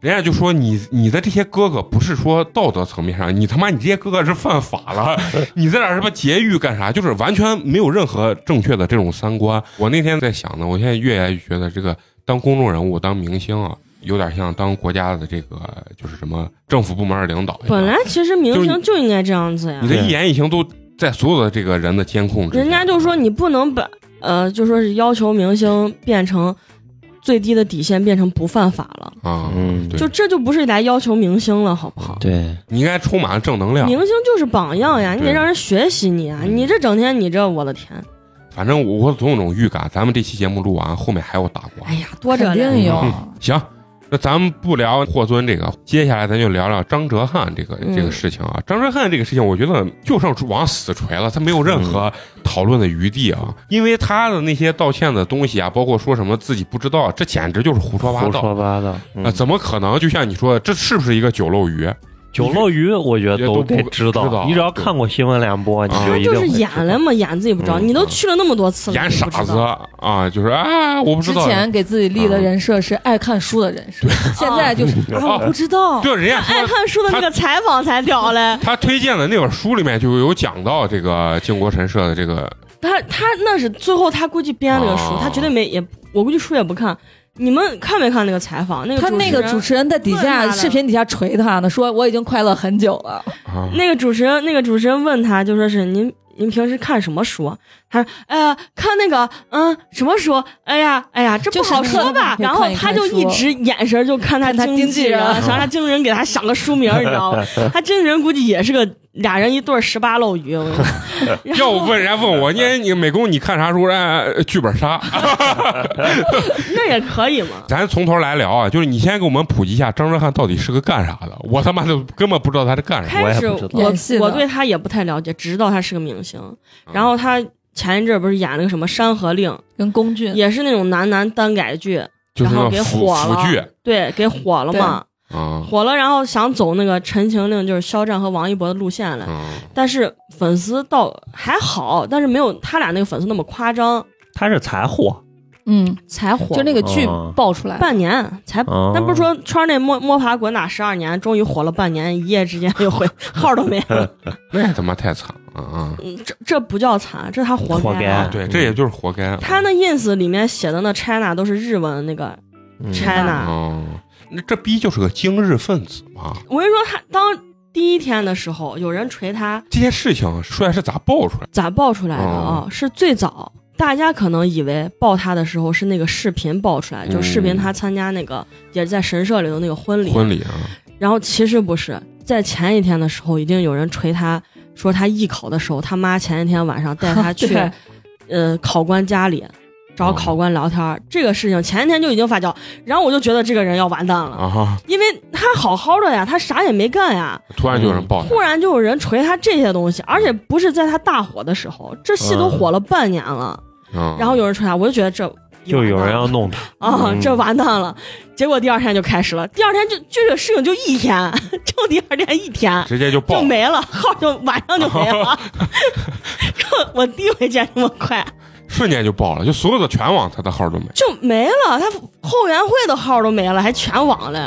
B: 人家就说你你的这些哥哥不是说道德层面上，你他妈你这些哥哥是犯法了，你在这儿什么劫狱干啥？就是完全没有任何正确的这种三观。我那天在想呢，我现在越来越觉得这个当公众人物、当明星啊，有点像当国家的这个就是什么政府部门的领导一样。
D: 本来其实明星就应嗯该这样子呀
B: 你，的一言一行都在所有的这个人的监控之下。
D: 人家就说你不能把呃，就说是要求明星变成最低的底线变成不犯法了，
B: 啊，
E: 嗯，
B: 对
D: 就这就不是来要求明星了，好不
B: 啊
D: 好？
E: 啊对，
B: 你应该充满了正能量。
D: 明星就是榜样呀，
B: 对
D: 你得让人学习你啊！
B: 嗯
D: 你这整天你这，我的天，
B: 反正我我总有种预感，咱们这期节目录完，后面还有打广告
D: 哎。呀，多着
C: 肯
D: 呢
C: 定有。
B: 行，那咱们不聊霍尊这个，接下来咱就聊聊张哲瀚这个
D: 嗯
B: 这个事情啊。张哲瀚这个事情，我觉得就剩往死锤了，他没有任何讨论的余地啊，因为他的那些道歉的东西啊，包括说什么自己不知道，这简直就是胡说八
E: 胡
B: 道。
E: 说八道。嗯
B: 啊，怎么可能？就像你说的，这是不是一个酒漏鱼？
E: 酒漏鱼，我觉得
B: 都
E: 都
B: 不
E: 得知
B: 知道
E: 道，你只要看过新闻联播，你
B: 啊
E: 就
D: 他
E: 一定
D: 就是
E: 会知
D: 演了嘛，演自己不知道，
B: 嗯
D: 你都去了那么多次了，
B: 演
D: 你
B: 傻
D: 不知
B: 子
D: 道。
B: 啊，就是啊，我不知
C: 之
B: 道。嗯
C: 前给自己立的人设是爱看书的人设，现在就是啊，我不知道。
B: 对，人家说
D: 爱看书哎的那个采访才屌嘞，
B: <laughs> 他推荐的那本书里面就有讲到这个靖国神社的这个
D: 他他那是最后他估计编了个书
B: 哦，
D: 他绝对没也，我估计书也不看。你们看没看那个采访？那个
C: 他
D: 持
C: 那个主持人在底
D: 问他
C: 下
D: 了
C: 视频底下锤他呢，说我已经快乐很久了。
B: 啊，
D: 那个主持人，那个主持人问他，就说是您您平时看什么书啊？他说，哎呀，看那个，嗯，什么书？哎呀，哎呀，这不好说吧？
C: 就是那个
D: 然后他就一直眼神就看他
C: 看他
D: 经
C: 经
D: 纪人，
C: 纪人
D: 想让他经纪人给他想个书名，你知道吗？他经纪人估计也是个俩人一对儿十八漏鱼，我跟你说
B: <laughs>
D: 然
B: 要
D: 后
B: 我问人家问我，你你美工你看啥书？哎，剧本杀。
D: 那也可以嘛。
B: 咱从头来聊啊，就是你先给我们普及一下张哲瀚到底是个干啥的，我他妈的根本不知道他是干啥。
D: 开始
E: 我也不知道
D: 我
C: 演戏的
D: 我对他也不太了解，只知道他是个明星。
B: 嗯
D: 然后他前一阵儿不是演了个什么《山河令
C: <laughs> 跟龚俊》，
D: 也是那种男男耽改剧，
B: 就是
D: 然
B: 那
D: 后给
B: 腐
D: 火了
B: 腐剧
D: 对，给火了嘛。
B: 啊，
D: 火了，然后想走那个《陈情令》，就是肖战和王一博的路线了。
B: 嗯
D: 但是粉丝倒还好，但是没有他俩那个粉丝那么夸张，
E: 他是才火，
C: 嗯，
D: 才火
C: 就那个剧
E: 哦
C: 爆出来，
D: 半年才。
E: 哦
D: 那不是说圈内摸摸爬滚打十二年，终于火了半年，一夜之间又回 <laughs> 号都没了。
B: 那他妈太惨了
D: <laughs>
B: 啊！
D: 嗯这这不叫惨，这是他活
E: 活
D: 该啊。
E: 该
B: 对，这也就是活该。啊
D: 他那 ins 里面写的那 China 都是日文那个
E: 嗯
D: China，、
B: 哦，那这逼就是个精日分子嘛！
D: 我跟你说，他当第一天的时候，有人锤他，
B: 这些事情出来是咋爆出来的？
D: 咋爆出来的啊？是最早，大家可能以为爆他的时候是那个视频爆出来，就视频他参加那个也是在神社里的那个婚礼，
B: 婚礼啊，
D: 然后其实不是，在前一天的时候，已经有人锤他说他艺考的时候，他妈前一天晚上带
C: <laughs>
D: 他去
C: 对
D: 呃考官家里。找考官聊天儿、这个事情前一天就已经发酵，然后我就觉得这个人要完蛋了，
B: 啊哈！
D: 因为他好好的呀，他啥也没干呀，
B: 突然就有人爆他
D: 突然就有人锤他这些东西，而且不是在他大火的时候，这戏都火了半年了，
B: 啊，
D: 嗯然后有人锤他，我就觉得这
E: 嗯就有人要弄他，
D: 啊，
E: 嗯
D: 这完蛋了。结果第二天就开始了，第二天就这个事情就一天， <laughs> 就第二天一天
B: 直接就
D: 就
B: 爆
D: 没了，号就晚上就
E: <laughs>
D: 没了。这我第一回见这么快
B: 瞬间就爆了，就所有的全网他的号都没。
D: 就没了，他后援会的号都没了，还全网嘞。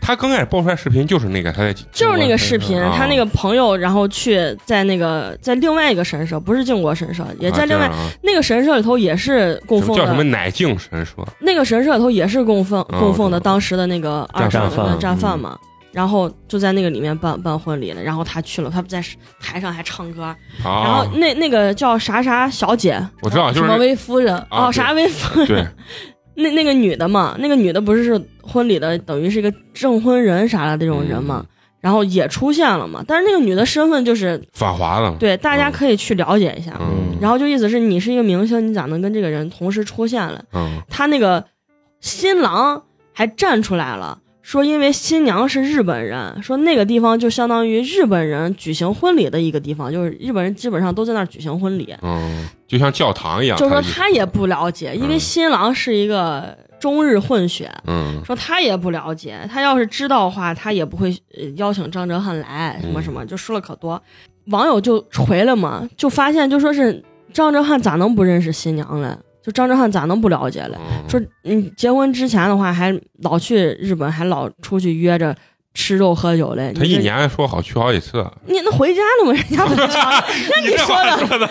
B: 他刚开始爆出来视频就是那个他在
D: 就是那个视频
B: 啊，
D: 他那个朋友，然后去在那个在另外一个神社，不是靖国神社，也在另外
B: 啊这样啊
D: 那个神社里头也是供
B: 什么
D: 奉
B: 叫什么
D: 的，
B: 奶镜神社
D: 那个神社里头也是供奉
B: 嗯
D: 供奉
B: 我
D: 的
B: 知道
D: 当时的那个二
E: 战
D: 战
E: 犯
D: 的战犯
E: 嗯
D: 嘛。然后就在那个里面办办婚礼了，然后他去了，他不在台上还唱歌，然
B: 啊
D: 后？那那个叫啥啥小姐
B: 我知道，
C: 什
B: 就是
C: 么
B: 那
C: 薇夫人，
B: 啊
D: 哦啥薇夫人，
B: 对，
D: <laughs> 那那个女的嘛，那个女的不是是婚礼的，等于是一个证婚人啥的这种人
B: 嗯
D: 嘛，然后也出现了嘛，但是那个女的身份就是
B: 反华了，
D: 对，大家可以去了解一下。
B: 嗯
D: 然后就意思是你是一个明星，你咋能跟这个人同时出现了？
B: 嗯
D: 他那个新郎还站出来了，说因为新娘是日本人，说那个地方就相当于日本人举行婚礼的一个地方，就是日本人基本上都在那儿举行婚礼。
B: 嗯，就像教堂一样，
D: 就是说
B: 他
D: 他也不了解，因为新郎是一个中日混血，
B: 嗯
D: 说他也不了解，他要是知道的话，他也不会呃邀请张哲瀚来什么什么，就说了可多。网友就锤了嘛，就发现就说是张哲瀚咋能不认识新娘嘞？就张哲瀚咋能不了解嘞？
B: 嗯
D: 说你结婚之前的话，还老去日本，还老出去约着吃肉喝酒嘞。
B: 他
D: 你
B: 一
D: 这
B: 年说好去好几
D: <laughs>
B: 次，
D: 你那回家了吗？人家怎么
B: <laughs>
D: 着？那你说
B: 话
D: 的，
B: 说的，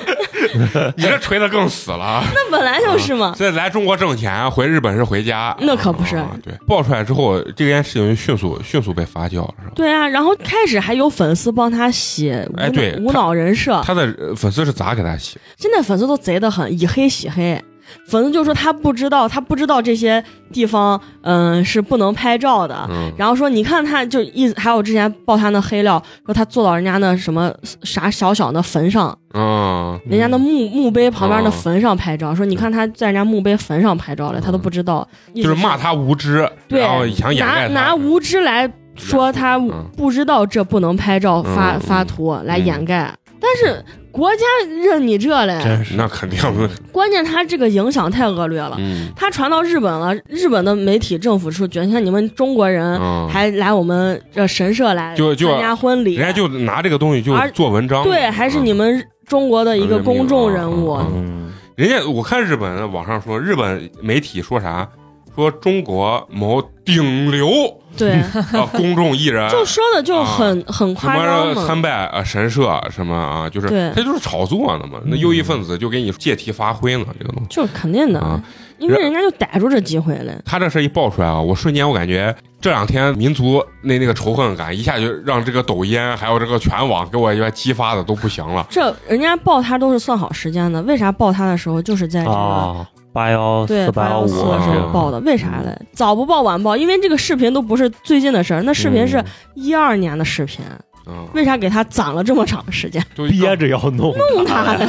B: 你这锤的更死了。
D: <laughs> 那本来
B: 啊
D: 就是嘛。
B: 这来中国挣钱，回日本是回家，
D: 那可不是
B: 啊对，爆出来之后，这件事情就迅速迅速被发酵了，是吧？
D: 对啊，然后开始还有粉丝帮他写无
B: 哎对
D: 无脑人设，
B: 他的呃粉丝是咋给他写？
D: 现在粉丝都贼得很，以黑洗黑。粉丝就说他不知道，他不知道这些地方，嗯，是不能拍照的。
B: 嗯，
D: 啊然后说，你看他就一还有之前爆他那黑料，说他坐到人家那什么啥小小的坟上，
B: 嗯，
D: 人家那墓墓碑旁边的
B: 哦
D: 坟上拍照，说你看他在人家墓碑坟上拍照了，他都不知道，
B: 嗯就是骂
D: 他，
B: 他无知，
D: 对
B: 然后想掩
D: 拿
B: 盖他
D: 拿无知来说他
B: 嗯
D: 不知道这不能拍照发、
B: 嗯
D: 发图来掩盖，但是国家认你这嘞，
E: 真是
B: 那肯定，
D: 关键他这个影响太恶劣了，
B: 嗯
D: 他传到日本了，日本的媒体、政府说，觉得像你们中国人
B: 嗯，
D: 还来我们这神社来
B: 就就
D: 参加婚礼，
B: 人家就拿这个东西就
D: 而
B: 做文章，
D: 对，还是你
B: 嗯。
D: 们中国的一个
B: 人民
D: 公众人物，
B: 嗯
E: 嗯，
B: 人家我看日本网上说，日本媒体说啥？说中国某顶
D: <laughs>
B: 流
D: 对，
B: 啊公众艺人，
D: 就说的就很很
B: 什
D: 夸张
B: 么
D: 嘛。
B: 参拜啊神社啊什么啊，就是
D: 对嗯
B: 他就是炒作呢嘛。那右翼分子就给你借题发挥呢，这个东西
D: 就是肯定的，
B: 啊。
D: 因为人家就逮住这机会了。
B: 他这事一爆出来啊，我瞬间我感觉这两天民族那那个仇恨感一下就让这个抖音还有这个全网给我一下激发的都不行了。
D: 这人家报他都是算好时间的，为啥报他的时候就是在这个、
E: 啊，八幺
D: 对
E: 四
D: 八
E: 幺
D: 幺
E: 五
D: 四
B: 啊
D: 是报的？为啥嘞？早不报晚报，因为这个视频都不是最近的事儿，那视
E: 嗯
D: 频是一二年的视频，
B: 嗯，
D: 为啥给他攒了这么长时
B: <laughs>
D: 间？嗯
B: 就
E: 憋着要弄
D: 弄他嘞！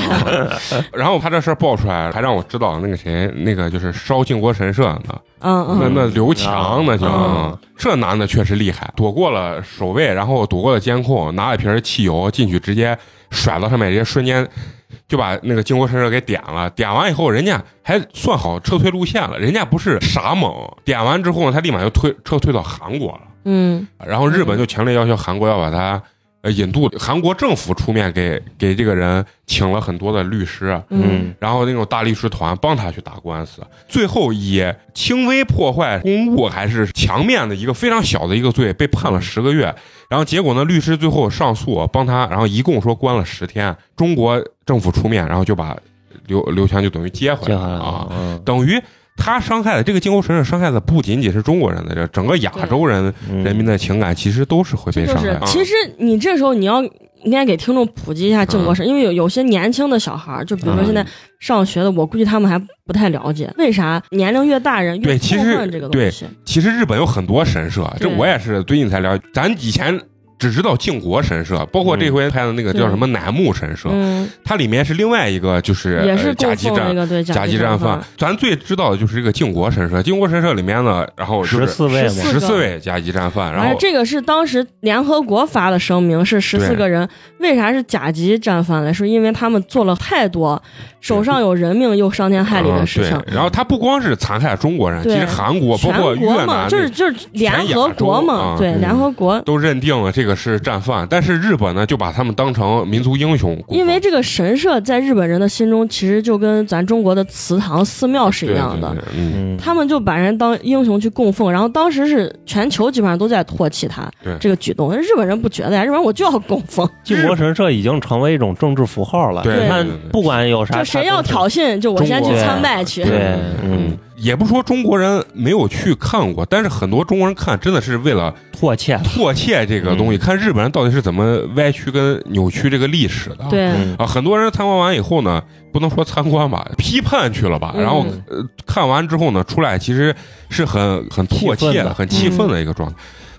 B: 然后他这事儿爆出来，还让我知道那个谁，那个就是烧靖国神社呢，
D: 嗯
B: 那
D: 嗯，
B: 那刘强那就、
D: 嗯
B: 这男的确实厉害，躲过了守卫，然后躲过了监控，拿了一瓶汽油进去，直接甩到上面，直接瞬间就把那个靖国神社给点了。点完以后，人家还算好撤退路线了，人家不是傻猛，点完之后呢，他立马就退撤退到韩国了。
D: 嗯，
B: 然后日本就强烈要求韩国要把他呃引渡，韩国政府出面给给这个人请了很多的律师，啊
D: 嗯，
B: 然后那种大律师团帮他去打官司，最后以轻微破坏公务还是墙面的一个非常小的一个罪被判了十个月，然后结果呢，律师最后上诉帮他，然后一共说关了十天，中国政府出面，然后就把刘刘强就等于接回
E: 接
B: 来
E: 下来
B: 了
D: 嗯
B: 啊，
E: 啊，
B: 等于。他伤害的这个靖国神社伤害的不仅仅是中国人的，这整个亚洲人
E: 嗯
B: 人民的情感其实都是会被
D: 就
B: 伤害啊
D: 是
B: 的。
D: 其实你这时候你要应该给听众普及
B: 嗯
D: 一下靖国神，因为有有些年轻的小孩儿，就比如说现在上学的，我估计他们还不太了解，为啥年龄越大人
B: 对
D: 越
B: 其
D: 痛
B: 实
D: 恨这个东西？
B: 其实日本有很多神社，啊这
D: 对
B: 我也是最近才了解。咱以前只知道靖国神社，包括这回拍的那个叫什么乃木神社，
D: 嗯，
B: 它里面是另外一个就是
D: 也
B: 呃
D: 是
B: 甲
D: 供
B: 级
D: 奉那
B: 战
D: 个对
B: 甲级
D: 级
B: 战犯
D: 犯。。
B: 咱最知道的就是这个靖国神社，靖国神社里面呢，然
D: 嗯
B: 后就
E: 十
B: 是
E: 四位嘛
D: 14，
B: 十四位甲级战犯，然
D: 而
B: 后
D: 这个是当时联合国发的声明，是十四
B: 对
D: 个人。为啥是甲级战犯嘞？是因为他们做了太多手上有人命又伤天害理的事情
B: 嗯。对，然后他不光是残害中国人，其
D: 对
B: 实韩国包
D: 全
B: 括越
D: 国
B: 南
D: 嘛，就是就是联合国嘛，
B: 全亚啊
D: 对，
E: 嗯
D: 联合国。
B: 都认定了这个是战犯，但是日本呢就把他们当成民族英雄，
D: 因为这个神社在日本人的心中，其实就跟咱中国的祠堂、寺庙是一样的，
B: 对，对对嗯，
E: 嗯，
D: 他们就把人当英雄去供奉。然后当时是全球基本上都在唾弃他
B: 对
D: 这个举动，日本人不觉得呀，日本人我就要供
B: <laughs>
D: 奉，
E: 靖国神社已经成为一种政治符号了。
B: 对
E: 你看
B: 对对对，
E: 不管有啥，
D: 就谁
E: 它
D: 要
E: 都是
D: 挑衅，就我先去参拜去。
E: 对
B: 嗯，也不是说中国人没有去看过，但是很多中国人看真的是为了
E: 唾欠。
B: 唾弃这个东西，
E: 嗯
B: 看日本人到底是怎么歪曲跟扭曲这个历史的。
D: 对，
E: 嗯
B: 啊，很多人参观完以后呢，不能说参观吧，批判去了吧，
D: 嗯
B: 然后、呃、看完之后呢，出来其实是很很
E: 气
B: 唾
E: 愤
B: 弃
E: 的
B: 很气愤的一个状态。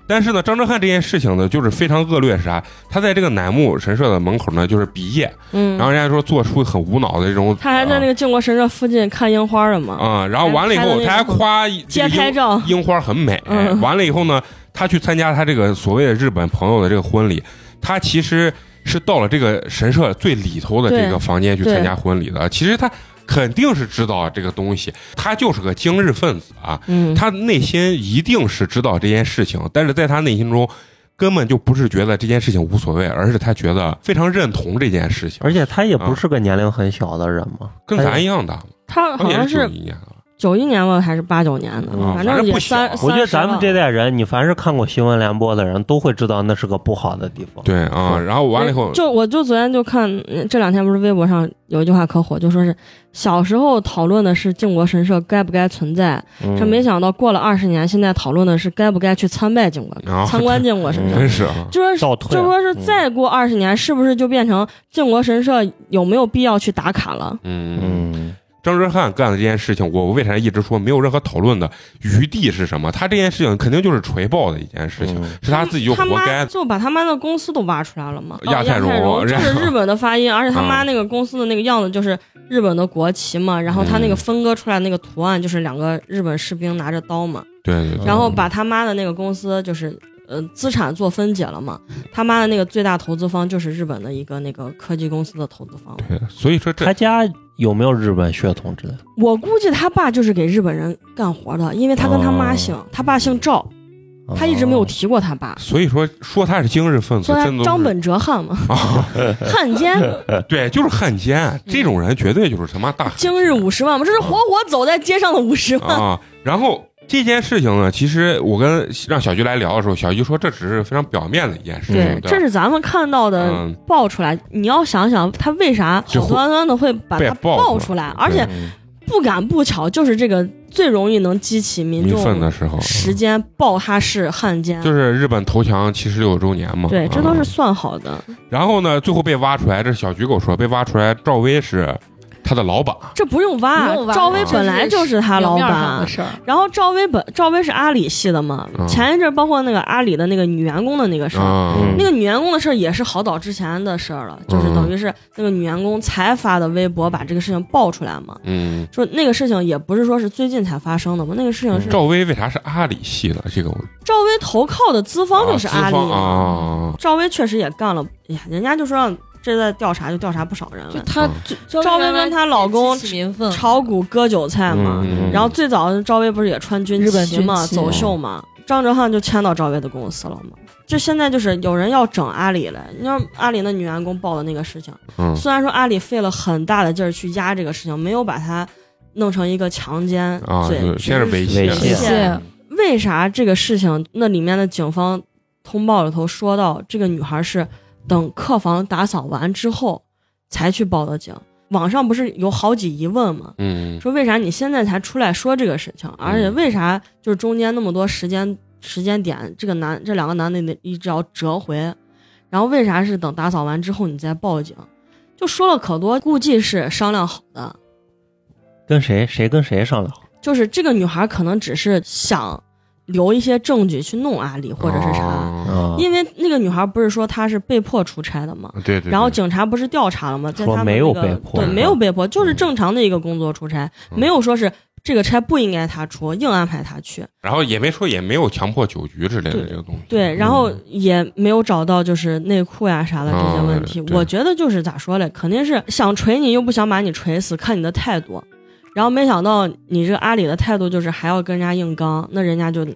B: 但是呢，张哲瀚这件事情呢，就是非常恶劣，是啥？他在这个乃木神社的门口呢，就是比耶，
D: 嗯
B: 然，后人家说做出很无脑的这种，
D: 他还在那个靖国神社附近看樱花了嘛，
B: 啊、嗯然后完了以后，他还
D: 哎还拍了那种
B: 夸这
D: 街
B: 个樱
D: 拍照，
B: 樱花很美。
D: 嗯
B: 完了以后呢，他去参加他这个所谓的日本朋友的这个婚礼，他其实是到了这个神社最里头的这个房间去参加婚礼
D: 嗯
B: 的。其实他肯定是知道这个东西，他就是个精日分子啊，
D: 嗯，
B: 他内心一定是知道这件事情，但是在他内心中。根本就不是觉得这件事情无所谓，而是他觉得非常认同这件事情，
E: 而且他也不是个年龄很小的人
D: 嗯
E: 嘛，
B: 跟
E: 他
B: 咱
E: 也
B: 一样的，
D: 他
B: 当
D: 好
B: 年
D: 像
B: 是
D: 是
B: 九一年的，
D: 九一年吧，还是八九年的
B: 嗯，
D: 反
B: 反正
D: 正
B: 不
D: 也
B: 小
D: 三，
E: 我觉得咱们这
D: 代
E: 代人，你凡是看过新闻联播的人都会知道那是个不好的地方。
B: 对啊、然后完了以后，
D: 嗯就我就昨天就看嗯这两天不是微博上有一句话可火，就说是小时候讨论的是靖国神社该不该存在，
E: 嗯，
D: 这没想到过了二十年，现在讨论的是该不该去参拜靖国，
B: 然后
D: 参观靖国神社，
B: 真是啊，
D: <laughs> 就说是
E: 倒退了，
D: 就说是
E: 嗯
D: 再过二十年，是不是就变成靖国神社有没有必要去打卡了？
B: 嗯
E: 嗯
B: 张哲瀚干的这件事情，我为啥一直说没有任何讨论的余地是什么？他这件事情肯定就是锤爆的一件事情，
E: 嗯
B: 是他自己就
D: 他
B: 活
D: 妈
B: 该。呃
D: 就把他妈的公司都挖出来了嘛，
B: 亚
D: 哦
B: 太
D: 太
B: 荣
D: 荣这
B: 然
D: 是
B: 后
D: 日本的发音，而且他妈
B: 嗯
D: 那个公司的那个样子就是日本的国旗嘛，然后他那
B: 嗯
D: 个分割出来那个图案就是两个日本士兵拿着刀嘛，
B: 对对对，
D: 然后把他妈的那个公司就是。呃，资产做分解了嘛？他妈的那个最大投资方就是日本的一个那个科技公司的投资方。
B: 对，所以说这
E: 他家有没有日本血统之类的？
D: 我估计他爸就是给日本人干活的，因为他跟他妈
B: 哦
D: 姓，他爸姓赵，他一直
E: 哦
D: 没有提过他爸，
B: 所以说说他是精日分子，
D: 说他
B: 真的都是
D: 张本哲
B: <laughs>
D: 汉嘛，
B: 啊，
D: 汉
B: <laughs>
D: 奸，
B: 对，就是汉奸，这种人绝对就是他妈大 <laughs>
D: <laughs>
B: 汉
D: 今日五十万嘛，这是活活走在街上的五十万。
B: 啊。然后这件事情呢，其实我跟让小菊来聊的时候，小菊说这只是非常表面的一件事情，
D: 对，这
B: 吧
D: 是咱们看到的
B: 嗯
D: 爆出来。你要想想，他为啥
B: 就
D: 好端端的会把
B: 被
D: 它
B: 爆
D: 爆
B: 出
D: 出
B: 来
D: 来，而且
E: 嗯
D: 不敢不巧，就是这个最容易能激起民
B: 民愤
D: 众
B: 的时候，
D: 时间爆他是汉奸
B: 就。是日本投降七十六周年
C: 嗯
B: 嘛，
D: 对，这都
B: 啊
D: 是算好的，
B: 然后呢，最后被挖出来，这是小菊狗说被挖出来，赵薇是他的老板，
D: 这不用挖
C: 不用。挖
D: 赵薇
B: 这
D: 本来就是他老
C: 表面上
D: 板
C: 的，事儿，
D: 然后赵薇本赵薇是阿里系的嘛
B: 嗯，
D: 前一阵包括那个阿里的那个女员工的那个事儿，
B: 啊，
E: 嗯
D: 那个女员工的事儿也是好早之前的事儿了，就是等于是那个女员工才发的微博把这个事情爆出来嘛。
B: 嗯，
D: 说那个事情也不是说是最近才发生的嘛，那个事情是
B: 赵薇为啥是阿里系的？这个我啊
D: 赵薇投靠的资方就是阿
B: 啊资
D: 里
B: 方，啊，
D: 赵薇确实也干了，哎呀，人家就说让这在调查就调查不少人
C: 就嗯
D: 了，
C: 她
B: 嗯
C: 赵
D: 赵
C: 薇
D: 薇跟她老公
C: 激起民愤，
D: 炒股割韭菜嘛。
B: 嗯
D: 然后最早赵薇不是也穿军
C: 日本
D: 旗嘛，
C: 军旗
D: 走秀嘛，张哲瀚就签到赵薇的公司了嘛。就现在就是有人要整阿里了，你像阿里那女员工报的那个事情。
B: 嗯
D: 虽然说阿里费了很大的劲儿去压这个事情，没有把它弄成一个强奸
B: 啊，
D: 罪，
B: 对现在是猥亵
E: 猥
D: 是
E: 亵，
C: 是
D: 为啥这个事情那里面的警方通报里头说到，这个女孩是等客房打扫完之后才去报的警？网上不是有好几疑问吗？
B: 嗯，
D: 说为啥你现在才出来说这个事情，而且为啥就是中间那么多时间时间点，这个男这两个男的得一直要折回，然后为啥是等打扫完之后你再报警？就说了可多，估计是商量好的，
E: 跟谁谁跟谁商量？
D: 就是这个女孩可能只是想留一些证据去弄阿里或者是啥，
B: 啊？
E: 啊，
D: 因为那个女孩不是说她是被迫出差的吗？
B: 对对，
D: 然后警察不是调查了吗？在
E: 说
D: 他们
E: 没有
D: 那个
E: 被迫嗯
D: 对，没有被迫，就是正常的一个工作出差，
B: 嗯
D: 没有说是这个差不应该他出，硬安排他去。
B: 然后也没说也没有强迫酒局之类的
D: 对
B: 这个东西，嗯
D: 对，然后也没有找到就是内裤呀啥的这些问题
B: 啊。对
D: 我觉得就是咋说嘞，肯定是想锤你又不想把你锤死，看你的态度。然后没想到你这个阿里的态度就是还要跟人家硬刚，那人家就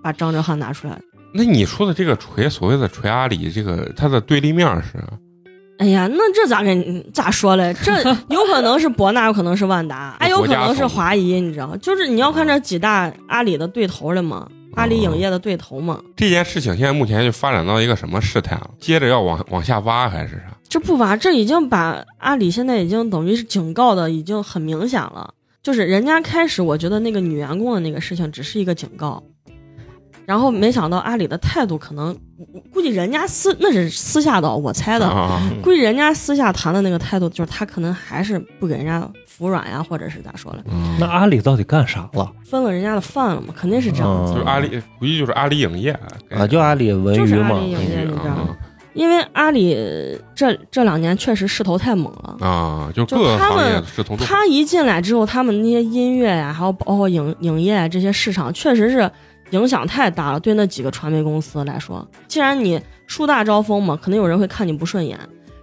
D: 把张哲瀚拿出来了。
B: 那你说的这个锤，所谓的锤阿里，这个它的对立面是
D: 哎呀，那这咋给你咋说嘞？这有可能是博纳，有可能是万达，还有可能是华谊，你知道？就是你要看这几大阿里的对头了嘛，阿里影业的对头嘛，
B: 这件事情，现在目前就发展到一个什么事态了？接着要往往下挖还是啥？
D: 这不吧？这已经把阿里现在已经等于是警告的已经很明显了。就是人家开始我觉得那个女员工的那个事情只是一个警告，然后没想到阿里的态度可能，估计人家私那是私下的，我猜的，
B: 啊，
D: 估计人家私下谈的那个态度就是他可能还是不给人家服软呀，或者是咋说了，
B: 嗯
E: 那阿里到底干啥了？啊
D: 分了人家的饭了嘛，肯定是这样子。
B: 就是阿里，估计就是阿里影业
E: 嗯啊，就阿里文
D: 就是
E: 娱
D: 阿
E: 嘛，
D: 里影业那边儿，
B: 啊
D: 因为阿里这这两年确实势头太猛了，
B: 啊，就
D: 就
B: 各个
D: 他
B: 行业
D: 们
B: 是同
D: 他一进来之后，他们那些音乐呀、还有包括影影业啊这些市场，确实是影响太大了。对那几个传媒公司来说，既然你树大招风嘛，肯定有人会看你不顺眼，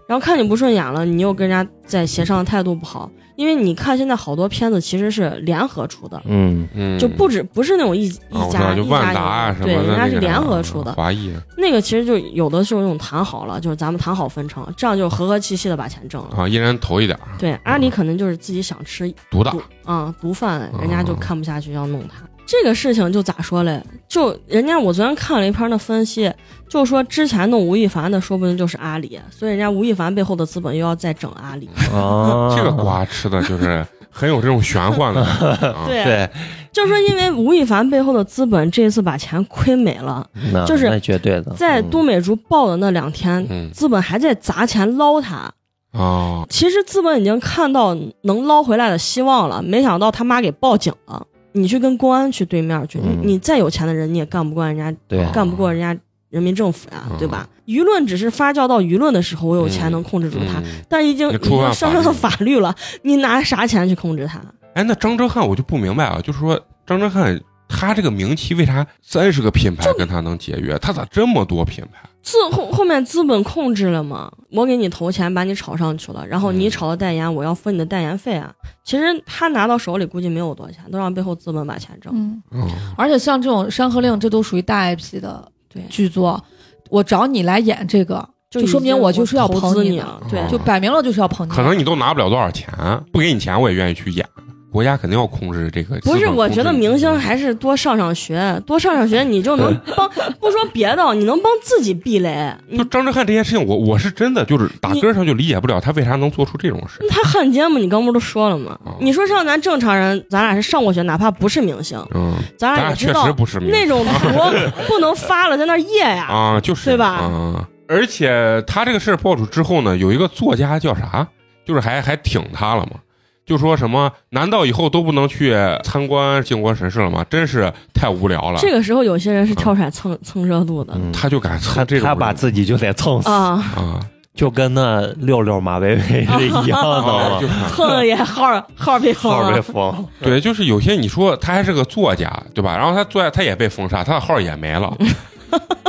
D: 然后看你不顺眼了，你又跟人家在协商的态度不好，因为你看现在好多片子其实是联合出的，
E: 嗯，
B: 嗯
D: 就不止不是那种一
B: 啊，
D: 一
B: 我知
D: 家、
B: 道，就
D: 一
B: 万
D: 家
B: 达啊
D: 影
B: 什
D: 业
B: 么
D: 对，
B: 的那个，
D: 人家是联合出的，
B: 华谊
D: 那个其实就有的是那种谈好了，就是咱们谈好分成，这样就和和气气的把钱挣了。
B: 啊，一人投一点儿，
D: 对，阿里可能就是自己想吃
B: 独大
D: 毒啊、毒贩，
B: 嗯
D: 人家就看不下去要弄他。这个事情就咋说嘞？就人家我昨天看了一篇那分析，就说之前弄吴亦凡的，说不定就是阿里，所以人家吴亦凡背后的资本又要再整阿里。
E: 啊， <laughs>
B: 这个
D: 嗯
B: 瓜吃的就是很有这种玄幻
D: <laughs>
B: 的感觉啊，
D: 对，
E: 对，
D: 就说因为吴亦凡背后的资本这一次把钱亏没了，
E: 那
D: 就是
E: 那绝对的，
D: 在
E: 嗯
D: 都美竹爆的那两天，
B: 嗯
D: 资本还在砸钱捞他。
B: 啊，
D: 其实资本已经看到能捞回来的希望了，没想到他妈给报警了。你去跟公安去对面去，
E: 嗯
D: 你你再有钱的人你也干不过人家
E: 对
D: 干不过人家人民政府呀
B: 嗯，
D: 对吧？舆论只是发酵到舆论的时候，我有钱
B: 嗯
D: 能控制住他，
B: 嗯
D: 但已经
B: 也
D: 已
B: 触
D: 经
B: 犯
D: 上升到法律了，你拿啥钱去控制他？
B: 哎，那张哲瀚我就不明白了，啊就是说张哲瀚他这个名气为啥三十个品牌跟他能解约？他咋这么多品牌？
D: 资后后面资本控制了嘛？我给你投钱把你炒上去了，然后
B: 嗯
D: 你炒的代言，我要分你的代言费啊。其实他拿到手里估计没有多少钱，都让背后资本把钱挣。
C: 嗯，
B: 嗯，
C: 而且像这种《山河令》，这都属于大 IP 的
D: 对，
C: 剧作，我找你来演这个，就
D: 已
C: 说明
D: 经
C: 我
D: 我
C: 就是要
D: 投
C: 捧
D: 资
C: 你
D: 你
C: 的
D: 了，对，
B: 哦
C: 就摆明了就是要捧你。
B: 可能你都拿不了多少钱，不给你钱我也愿意去演。国家肯定要控制这个资本控
D: 不
B: 制。
D: 是，我觉得明星还是多上上学，多上上学，你就能帮， <laughs> 不说别的，你能帮自己避雷。
B: 就张哲瀚这件事情，我我是真的就是打根儿上就理解不了他为啥能做出这种事。
D: 他汉奸嘛，你刚不都说了吗
B: 哦？
D: 你说像咱正常人，咱俩是上过学，哪怕不是明星，
B: 嗯，咱
D: 咱俩
B: 俩
D: 也
B: 确实
D: 啊知道
B: 不是明星 <laughs>
D: 那种图不能发了，在那儿夜呀。
B: 啊，就是
D: 对吧
B: 啊，而且他这个事儿爆出之后呢，有一个作家叫啥，就是还还挺他了嘛，就说什么难道以后都不能去参观靖国神社了吗？真是太无聊了。
D: 这个时候，有些人是跳出来蹭蹭热度的
E: 嗯
B: 他就敢
E: 他
B: 蹭这种
E: 他把
B: 人
E: 自己就得蹭死，
D: 啊，
B: 啊
E: <laughs> 就跟那六六马薇薇是一样的
B: 啊，
E: 嘛 <laughs>
B: 就，是
D: 蹭了也号号被封
E: 号被
D: 了。
E: 封，
B: 对，就是有些你说他还是个作家，对吧？然后他作家他也被封杀，他的号也没 <laughs> 了。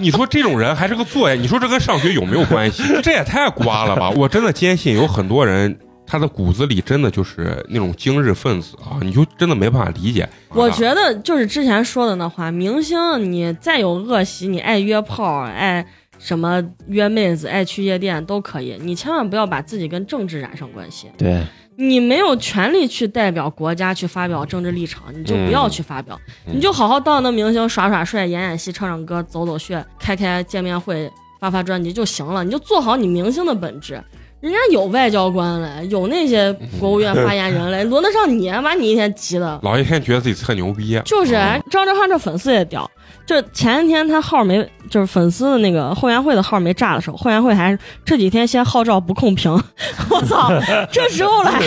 B: 你说这种人还是个作家，你说这跟上学有没有关系？这也太瓜了吧！我真的坚信有很多人。他的骨子里真的就是那种精致分子啊，你就真的没办法理解。啊
D: 我觉得就是之前说的那话，明星你再有恶习，你爱约炮，爱什么约妹子，爱去夜店都可以，你千万不要把自己跟政治染上关系。
E: 对，
D: 你没有权利去代表国家去发表政治立场，你就不要去发表，
B: 嗯
D: 你就好好当当明星，耍耍帅，演演戏，唱唱歌，走走穴，开开见面会，发发专辑就行了。你就做好你明星的本职。人家有外交官嘞，有那些国务院发言人嘞，轮得上你？把你一天急的。
B: 老一天觉得自己特牛逼，
D: 就是哎
B: 啊
D: 张哲瀚这粉丝也屌，就前一天他号没，就是粉丝的那个后援会的号没炸的时候，后援会还这几天先号召不控评， <laughs> 我操，这时
B: <laughs>
D: 候了还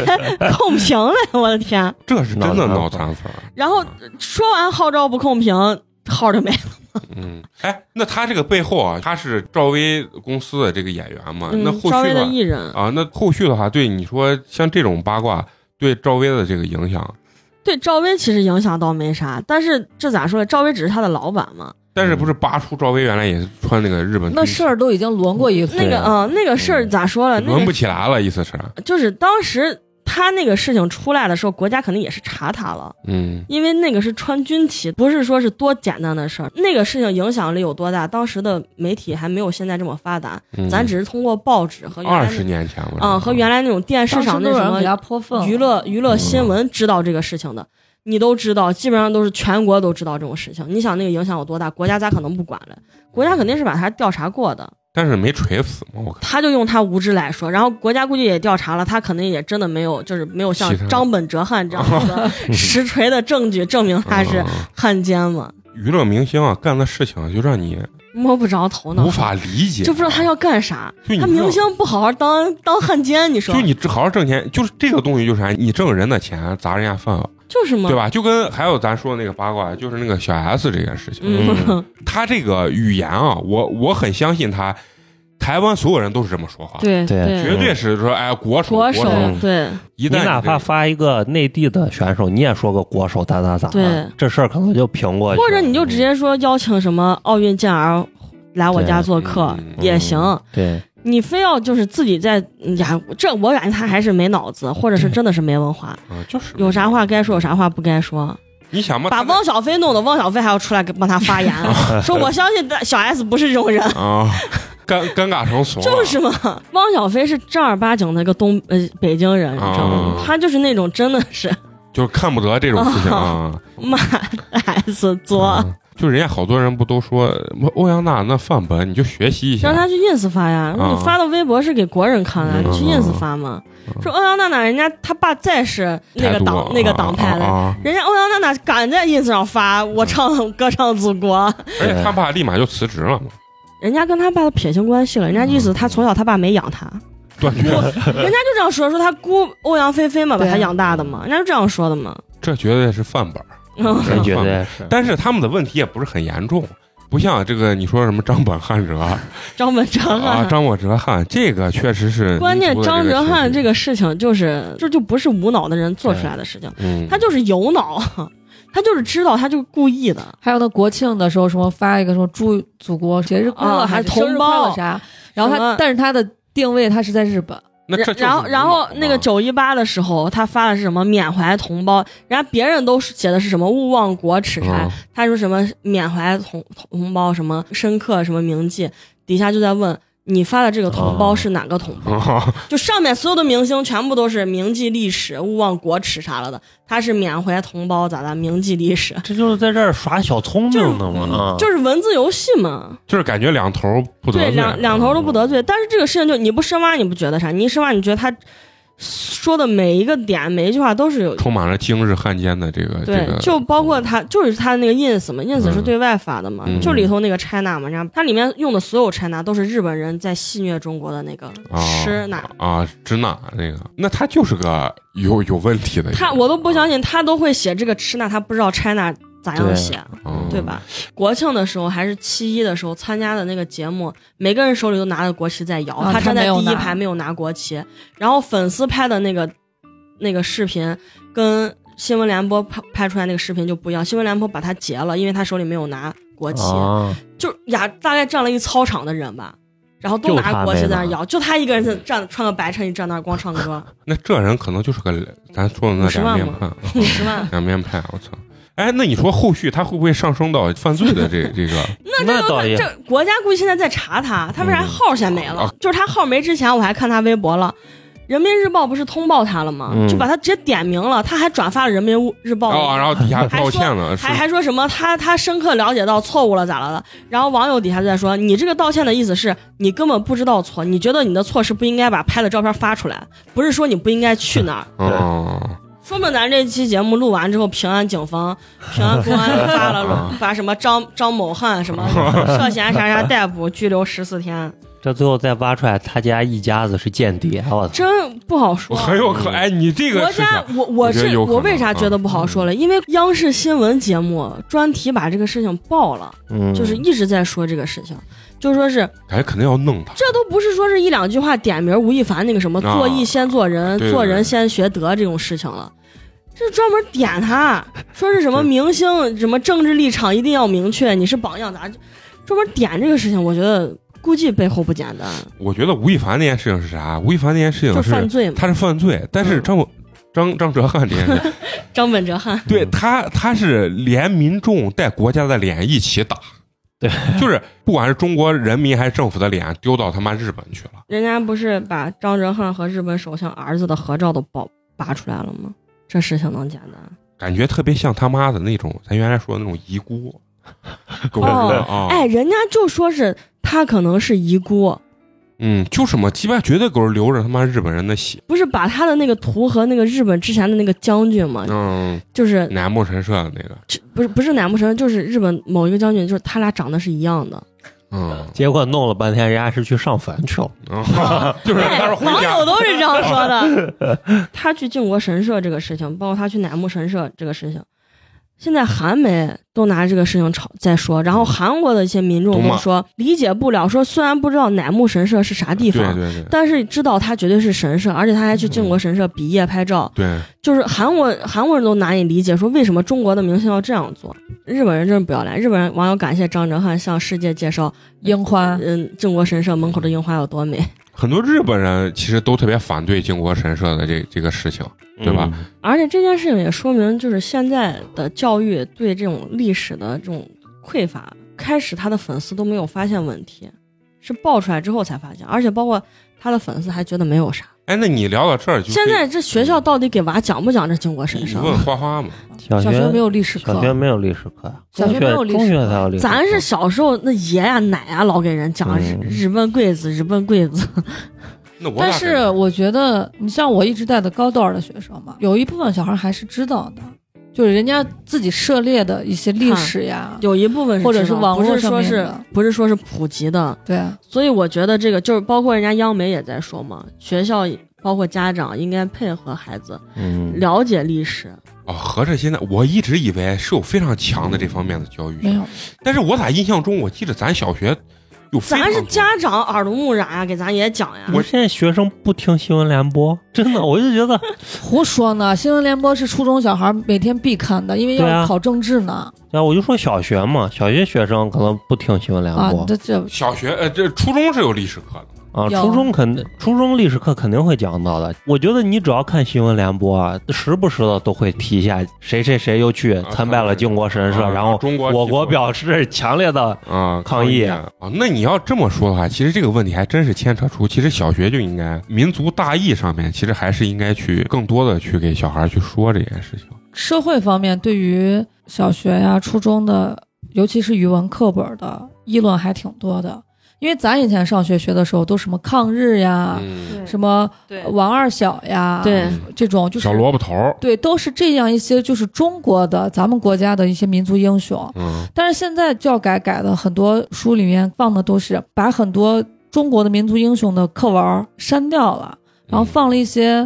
D: 控评嘞，我的天！
B: 这是真的
E: 脑
B: 脑
E: 残
B: 残粉儿。
D: 然后说完号召不控评，号就没了。
B: 嗯，哎，那他这个背后啊，他是赵薇公司的这个演员嘛？那
D: 嗯，
B: 后
D: 稍
B: 续
D: 微的
B: 吧，
D: 艺人，
B: 啊，那后续的话，对你说像这种八卦对赵薇的这个影响，
D: 对赵薇其实影响倒没啥，但是这咋说呢？赵薇只是他的老板嘛，
B: 但是不
D: 嗯
B: 是扒出赵薇原来也是穿那个日本
C: 那
B: 军
C: 事儿都已经轮过一
D: 那
C: 回
E: 对
D: 个
C: 了，
B: 啊
D: 嗯、那个事儿咋说呢？啊那
B: 轮不
D: 个
B: 起来了，意思是，
D: 就是当时他那个事情出来的时候，国家肯定也是查他了。
B: 嗯
D: 因为那个是穿军旗，不是说是多简单的事儿。那个事情影响力有多大？当时的媒体还没有现在这么发达，
B: 嗯，
D: 咱只是通过报纸和原
B: 二
D: 来
B: 十
D: 那
B: 年前了，
D: 啊、和原来那种电视
C: 当时
D: 上那
C: 都有人给
D: 什
C: 他泼
D: 么
C: 粪，
D: 娱乐娱乐新闻知道这个事情的，你都知道，基本上都是全国都知道这种事情。你想那个影响有多大？国家咋可能不管嘞？国家肯定是把它调查过的。
B: 但是没锤死嘛，我看
D: 他就用他无知来说，然后国家估计也调查了，他肯定也真的没有，就是没有像
B: 其他的
D: 张本哲汉这样
B: <laughs>
D: 的实锤的证据证明他是
B: 嗯
D: 汉奸嘛，
B: 娱乐明星啊，干的事情就让你
D: 摸不着头脑，
B: 无法理解，啊
D: 就不知道他要干啥
B: 就你。
D: 他
B: 知道
D: 明星不好好当当汉奸，你说
B: 就你只好好挣钱，就是这个东西就是啥，你挣人的钱砸人家饭碗，
D: 就是嘛，
B: 对吧？就跟还有咱说的那个八卦，就是那个小 S 这件事情，
D: 嗯，
B: 他这个语言啊，我我很相信他，台湾所有人都是这么说话，
D: <laughs> 对
E: 对
B: 绝对是说哎国手
D: 国
B: 手
D: 手，对
B: 一
E: 你
B: 旦
E: 哪怕发一个内地的选手，你也说个国手咋咋咋的，
D: 对
E: 这事儿可能就平过去了。
D: 或者你就直接说邀请什么奥运健儿来我家做客
B: 对嗯
D: 也行。 <laughs>
E: 对，
D: 你非要就是自己在嗯呀，这我感觉他还是没脑子，或者是真的是没文化，
B: 嗯就是
D: 有啥话该说，有啥话不该说。
B: 你想嘛，
D: 把
B: 他在
D: 汪小菲弄得汪小菲还要出来给帮他
B: <laughs>
D: 发言，说我相信大小 S 不是这种人，
B: 啊尴尴尬成怂了，
D: 就是嘛。汪小菲是正儿八经的一个东呃北京人，你知道吗？
B: 啊
D: <laughs> 他就是那种真的是
B: 就是看不得这种事情
D: <laughs>
B: 啊，
D: 骂 S 作，
B: 嗯就人家好多人不都说欧阳娜那范本，你就学习一下
D: 让，他去 ins 发呀。如果
B: 啊
D: 你发到微博是给国人看的，
B: 嗯
D: 你去 ins 发嘛。说欧阳娜娜，人家她爸再是那
B: 哦态
D: 个
B: 度
D: 党那个
B: 啊
D: 党派
B: 啊
D: 的， <laughs>
B: 啊
D: 人家欧阳娜娜敢在 ins 上发我
B: 嗯
D: 唱歌唱祖国，
B: 而且他爸立马就辞职了嘛，
D: 人家跟他爸都撇清关系了，人家
B: 嗯
D: 意思他从小他爸没养他。
B: 断绝
D: 人家就这样说，说他姑欧阳菲菲嘛，把
C: 对
D: 他养大的嘛，人家就这样说的嘛。
B: <laughs> 这绝对是范本儿。
D: 嗯
E: 这绝对是。
B: 但是他们的问题也不是很严重，不像这个你说什么张本汉哲啊，
D: <laughs> 张本哲汉，
B: 张我哲汉，这个确实是
D: 啊关键
B: 民族的
D: 张哲汉
B: 这
D: 这
B: 个
D: 个事情就是，这就不是无脑的人做出来的事情，
B: 情绪，嗯，
D: 他就是有脑，他就是知道，他就是故意的。
C: 还有那国庆的时候，什么发一个什么祝祖国节日快乐、
D: 啊
C: 还
D: 还
C: 是
D: 是
C: 生日
D: 同
C: 快
D: 胞
C: 乐啥，然后
D: 什
C: 他
D: 么
C: 但是他的定位他是在日本，
B: 那这就是
D: 然后，然后
B: 无脑嘛
D: 那个九一八的时候，他发的是什么缅怀同胞，人家别人都是写的是什么勿忘国耻啥，
B: 嗯
D: 他说什么缅怀同同胞什么深刻什么铭记，底下就在问你发的这个同胞
E: 哦
D: 是哪个同
B: <laughs>
D: 胞？
B: 啊
D: 就上面所有的明星全部都是铭记历史、勿忘国耻啥了的，他是缅怀同胞咋的，铭记历史，
E: 这就是在这儿耍小聪明呢
B: 就是
E: 嘛，啊
D: 就是文字游戏嘛。
B: 就是感觉两头不得
D: 对，
B: 罪啊
D: 两两头都不得罪。但是这个事情就你不深挖，你不觉得啥？你一深挖，你觉得他说的每一个点、每一句话都是有
B: 充满了今日汉奸的这个
D: 对
B: 这，个，
D: 就包括他就是他那个 ins 嘛，ins 是对外发的嘛，
B: 嗯
D: 就里头那个 China 嘛，然后它里面用的所有 China 都是日本人在戏谑中国的那个
B: 啊
D: 吃那。
B: 啊支那那个，那他就是个有有问题的人，
D: 他我都不相信他都会写这个吃那，他不知道 China 咋样
E: 对
D: 写，
B: 嗯
D: 对？吧？国庆的时候还是七一的时候参加的那个节目，每个人手里都拿着国旗在摇，
C: 啊
D: 他站
C: 他
D: 在
C: 没有
D: 第
C: 拿
D: 一排没有拿国旗。然后粉丝拍的那个那个视频跟新闻联播拍拍出来那个视频就不一样，新闻联播把他截了，因为他手里没有拿国旗，
E: 啊，
D: 就呀大概站了一操场的人吧。然后都
E: 就他
D: 拿国旗
E: 没
D: 在那
E: 拿
D: 摇，就他一个人在站，穿个白衬衣站那儿光唱歌，
B: 那这人可能就是个咱说的那
D: 50
B: 两
D: 万
B: 面
D: 嘛
B: 派，
D: 五十万。
B: 两面派，我操！哎，那你说后续他会不会上升到犯罪的这这
D: <laughs>
B: 个？
E: 那倒也
D: 这国家估计现在在查他，他为啥
B: 嗯
D: 号先没了？
B: 啊
D: 就是他号没之前，我还看他微博了，《人民日报》不是通报他了吗？
E: 嗯
D: 就把他直接点名了，他还转发了《人民日报》
B: 哦，然后底下
D: 还
B: 道
D: 说
B: 歉了，是
D: 还还说什么他他深刻了解到错误了咋了的，然后网友底下就在说你这个道歉的意思是你根本不知道错，你觉得你的错是不应该把拍的照片发出来，不是说你不应该去那儿。
B: 哦，
D: 说明咱这期节目录完之后，平安警
B: <laughs>
D: 方、平安公安发
B: 啊
D: 了把什么张张某汉什么 <laughs> 涉嫌啥
B: <laughs>
D: 啥逮捕拘留十四天，
E: 这最后再挖出来，他家一家子是间谍，我操！
D: 真不好说。
B: 很有可哎，你这个
D: 嗯国
B: 事情
D: 家，
B: 我
D: 我我
B: 觉得
D: 是
B: 有可能啊嗯
D: 我为啥觉得不好说了？因为央视新闻节目专题把这个事情爆了，
E: 嗯，
D: 就是一直在说这个事情，就说是
B: 哎，肯定要弄他，
D: 这都不是说是一两句话点名吴亦凡那个什么
B: 啊
D: “做艺先做人，
B: 对对
D: 做人
B: 对
D: 先学德”这种事情了。这专门点他，说是什么
B: 对
D: 明星什么政治立场一定要明确，你是榜样咋？专门点这个事情，我觉得估计背后不简单，
B: 我觉得吴亦凡那件事情是啥？吴亦凡那件事
D: 就
B: 情
D: 犯
B: 是
D: 罪嗯嘛。
B: 他是犯罪，但是张张张哲瀚这件
D: <laughs>
B: 事，
D: 张本哲汉，
B: 对他他是连民众带国家的脸一起打，
E: 对，
D: 嗯
B: 就是不管是中国人民还是政府的脸丢到他妈日本去了，
D: 人家不是把张哲瀚和日本首相儿子的合照都爆扒出来了吗？这事情能简单？ <laughs>
B: 感觉特别像他妈的那种咱原来说的那种遗孤，狗日的啊！
D: 哎，人家就说是他可能是遗孤，
B: 嗯，就是嘛，鸡巴绝对狗是流着他妈日本人的血，
D: 不是把他的那个图和那个日本之前的那个将军嘛，
B: 嗯，
D: 就是
B: 乃木神社的那个，
D: 这不是不是乃木神，就是日本某一个将军，就是他俩长得是一样 <laughs> 的。
B: 嗯，
E: 结果弄了半天，人家是去上坟去了。
B: 嗯 <laughs> 就是
D: 哎
B: 他是回
D: 网
B: 家
D: 友都是这样说的。
B: <laughs>
D: 他去靖国神社这个事情，包括他去乃木神社这个事情，现在韩媒都拿这个事情吵在说，
B: 嗯
D: 然后韩国的一些民众
B: 懂
D: 都
B: 吗
D: 说理解不了，说虽然不知道乃木神社是啥地
B: 对
D: 方。
B: 对嗯对
D: 但是知道他绝对是神社，而且他还去靖国神社比耶拍照，
B: 对，
D: 就是韩国韩国人都难以理解，说为什么中国的明星要这样做？日本人真是不要脸！日本人网友感谢张哲瀚向世界介绍，
C: 樱花，
D: 嗯，靖国神社门口的樱花有多美。
B: 很多日本人其实都特别反对靖国神社的这这个事情，对吧？
D: 而且这件事情也说明，就是现在的教育对这种历史的这种匮乏，开始他的粉丝都没有发现问题，是爆出来之后才发现，而且包括他的粉丝还觉得没有啥。
B: 哎，那你聊到这儿就可以
D: 现在这学校到底给娃讲不讲这靖国神
B: 你
D: 社？
B: 问花花嘛，
E: 小
C: 小
E: 学
C: 学没有历史
E: 小学
C: 课，
E: 没有历史课，
C: 小学没有历史
E: 中学才有历史课。
D: 咱是小时候那爷呀、奶呀、老给人讲日
E: 嗯
D: 日本鬼子，日本鬼子。
B: 那我
C: 但
B: 咋
C: 是
B: 知道
C: 我觉得，你像我一直带的高段儿的学生嘛，有一部分小孩还是知道的，就是人家自己涉猎的一些历史呀，
D: <laughs> 有一部分是
C: 或者
D: 知道
C: 是网络
D: 不是
C: 上
D: 说
C: 面
D: 是
C: 的
D: 不是说是普及的，
C: 对啊，
D: 所以我觉得这个就是包括人家央媒也在说嘛，学校包括家长应该配合孩子
E: 嗯，
D: 了解历史。
B: 哦，合着现在我一直以为是有非常强的这方面的教育，
C: 没有，
B: 但是我咋印象中我记得咱小学有非常
D: 咱是
B: 多
D: 家长耳濡目染呀、啊给咱也讲呀。
E: 我现在学生不听新闻联播，真的，我就觉得
C: 胡说呢！新闻联播是初中小孩每天必看的，因为
E: 对啊
C: 要考政治呢。
E: 啊，我就说小学嘛，小学学生可能不听新闻联
C: 啊，
E: 播
C: 这这
B: 小学呃这初中是有历史课的。
E: 啊，
C: 有
E: 初中肯初中历史课肯定会讲到的。我觉得你只要看新闻联播啊，时不时的都会提一下谁谁谁又去参拜了靖国神社，
B: 啊
E: 然后
B: 中国
E: 我国表示强烈的
B: 啊
E: 抗议
B: 啊！那你要这么说的话，其实这个问题还真是牵扯出，其实小学就应该民族大义上面，其实还是应该去更多的去给小孩去说这件事情。
C: 社会方面对于小学呀、初中的，尤其是语文课本的议论还挺多的。因为咱以前上学学的时候，都什么抗日
D: 啊
C: 呀、
B: 嗯，
C: 什么
D: 对
C: 王二小呀，
D: 对
C: 这种就是
B: 小萝卜头儿，
C: 对，都是这样一些就是中国的咱们国家的一些民族英雄。
B: 嗯，
C: 但是现在教改改的很多书里面放的都是把很多中国的民族英雄的课文儿删掉了，然
B: 嗯
C: 后放了一些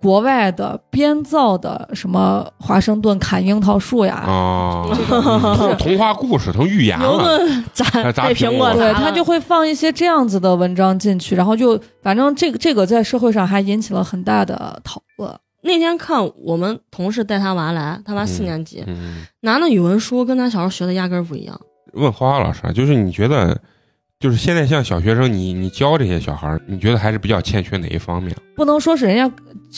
C: 国外的编造的什么华盛顿砍樱桃树呀，
B: 啊，童 <laughs> 童话故事成寓言
D: 牛
B: 了，
D: 顿
B: 哎
D: <laughs> 咱
B: 砸
D: 被
B: 苹
D: 苹
B: 果
D: 果
B: 了
C: 对
D: 砸
C: 他
D: 了
C: 就会放一些这样子的文章进去，然后就反正这个这个在社会上还引起了很大的讨论。
D: 那天看我们同事带他娃来，他娃
B: 嗯
D: 四年级，
B: 嗯，
D: 拿的语文书跟咱小时候学的压根儿不一样。
B: 问花花老师啊，就是你觉得，就是现在像小学生，你你教这些小孩儿，你觉得还是比较欠缺哪一方面？
C: 不能说是人家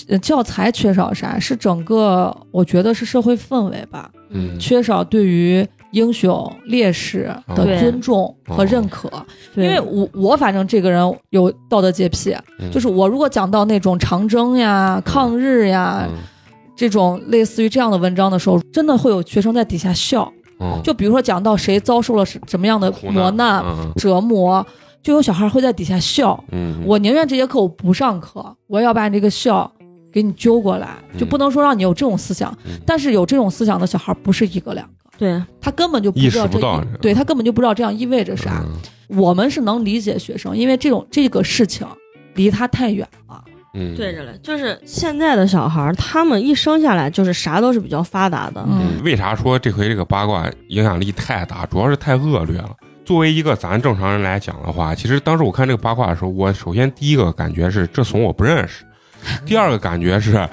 C: 呃教材缺少啥，是整个我觉得是社会氛围吧，
B: 嗯
C: 缺少对于英雄烈士
B: 哦
C: 的
D: 对
C: 尊重和认可。
D: 对
C: 因为我我反正这个人有道德洁癖，
B: 嗯
C: 就是我如果讲到那种长征呀、抗日呀、
B: 嗯
C: 这种类似于这样的文章的时候，真的会有学生在底下笑。
B: 嗯，
C: 就比如说讲到谁遭受了什什么样的
B: 苦
C: 磨难、
B: 嗯
C: 折磨，就有小孩会在底下笑。
B: 嗯，嗯
C: 我宁愿这节课我不上课，我也要把你这个笑给你揪过来，就
B: 嗯
C: 不能说让你有这种思想。
B: 嗯
C: 但是有这种思想的小孩不是一个两个，
D: 对，
C: 他根本就不
B: 意
C: 知道
B: 识不
C: 这
B: 到
C: 意
B: 是吧
C: 对他根本就不知道这样意味着啥。
B: 嗯
C: 我们是能理解学生，因为这种这个事情离他太远了。
B: 嗯，
D: 对着嘞，就是现在的小孩儿，他们一生下来就是啥都是比较发达的。
C: 嗯，
B: 为啥说这回这个八卦影响力太大？主要是太恶劣了。作为一个咱正常人来讲的话，其实当时我看这个八卦的时候，我首先第一个感觉是这怂我不认识，第二个感觉是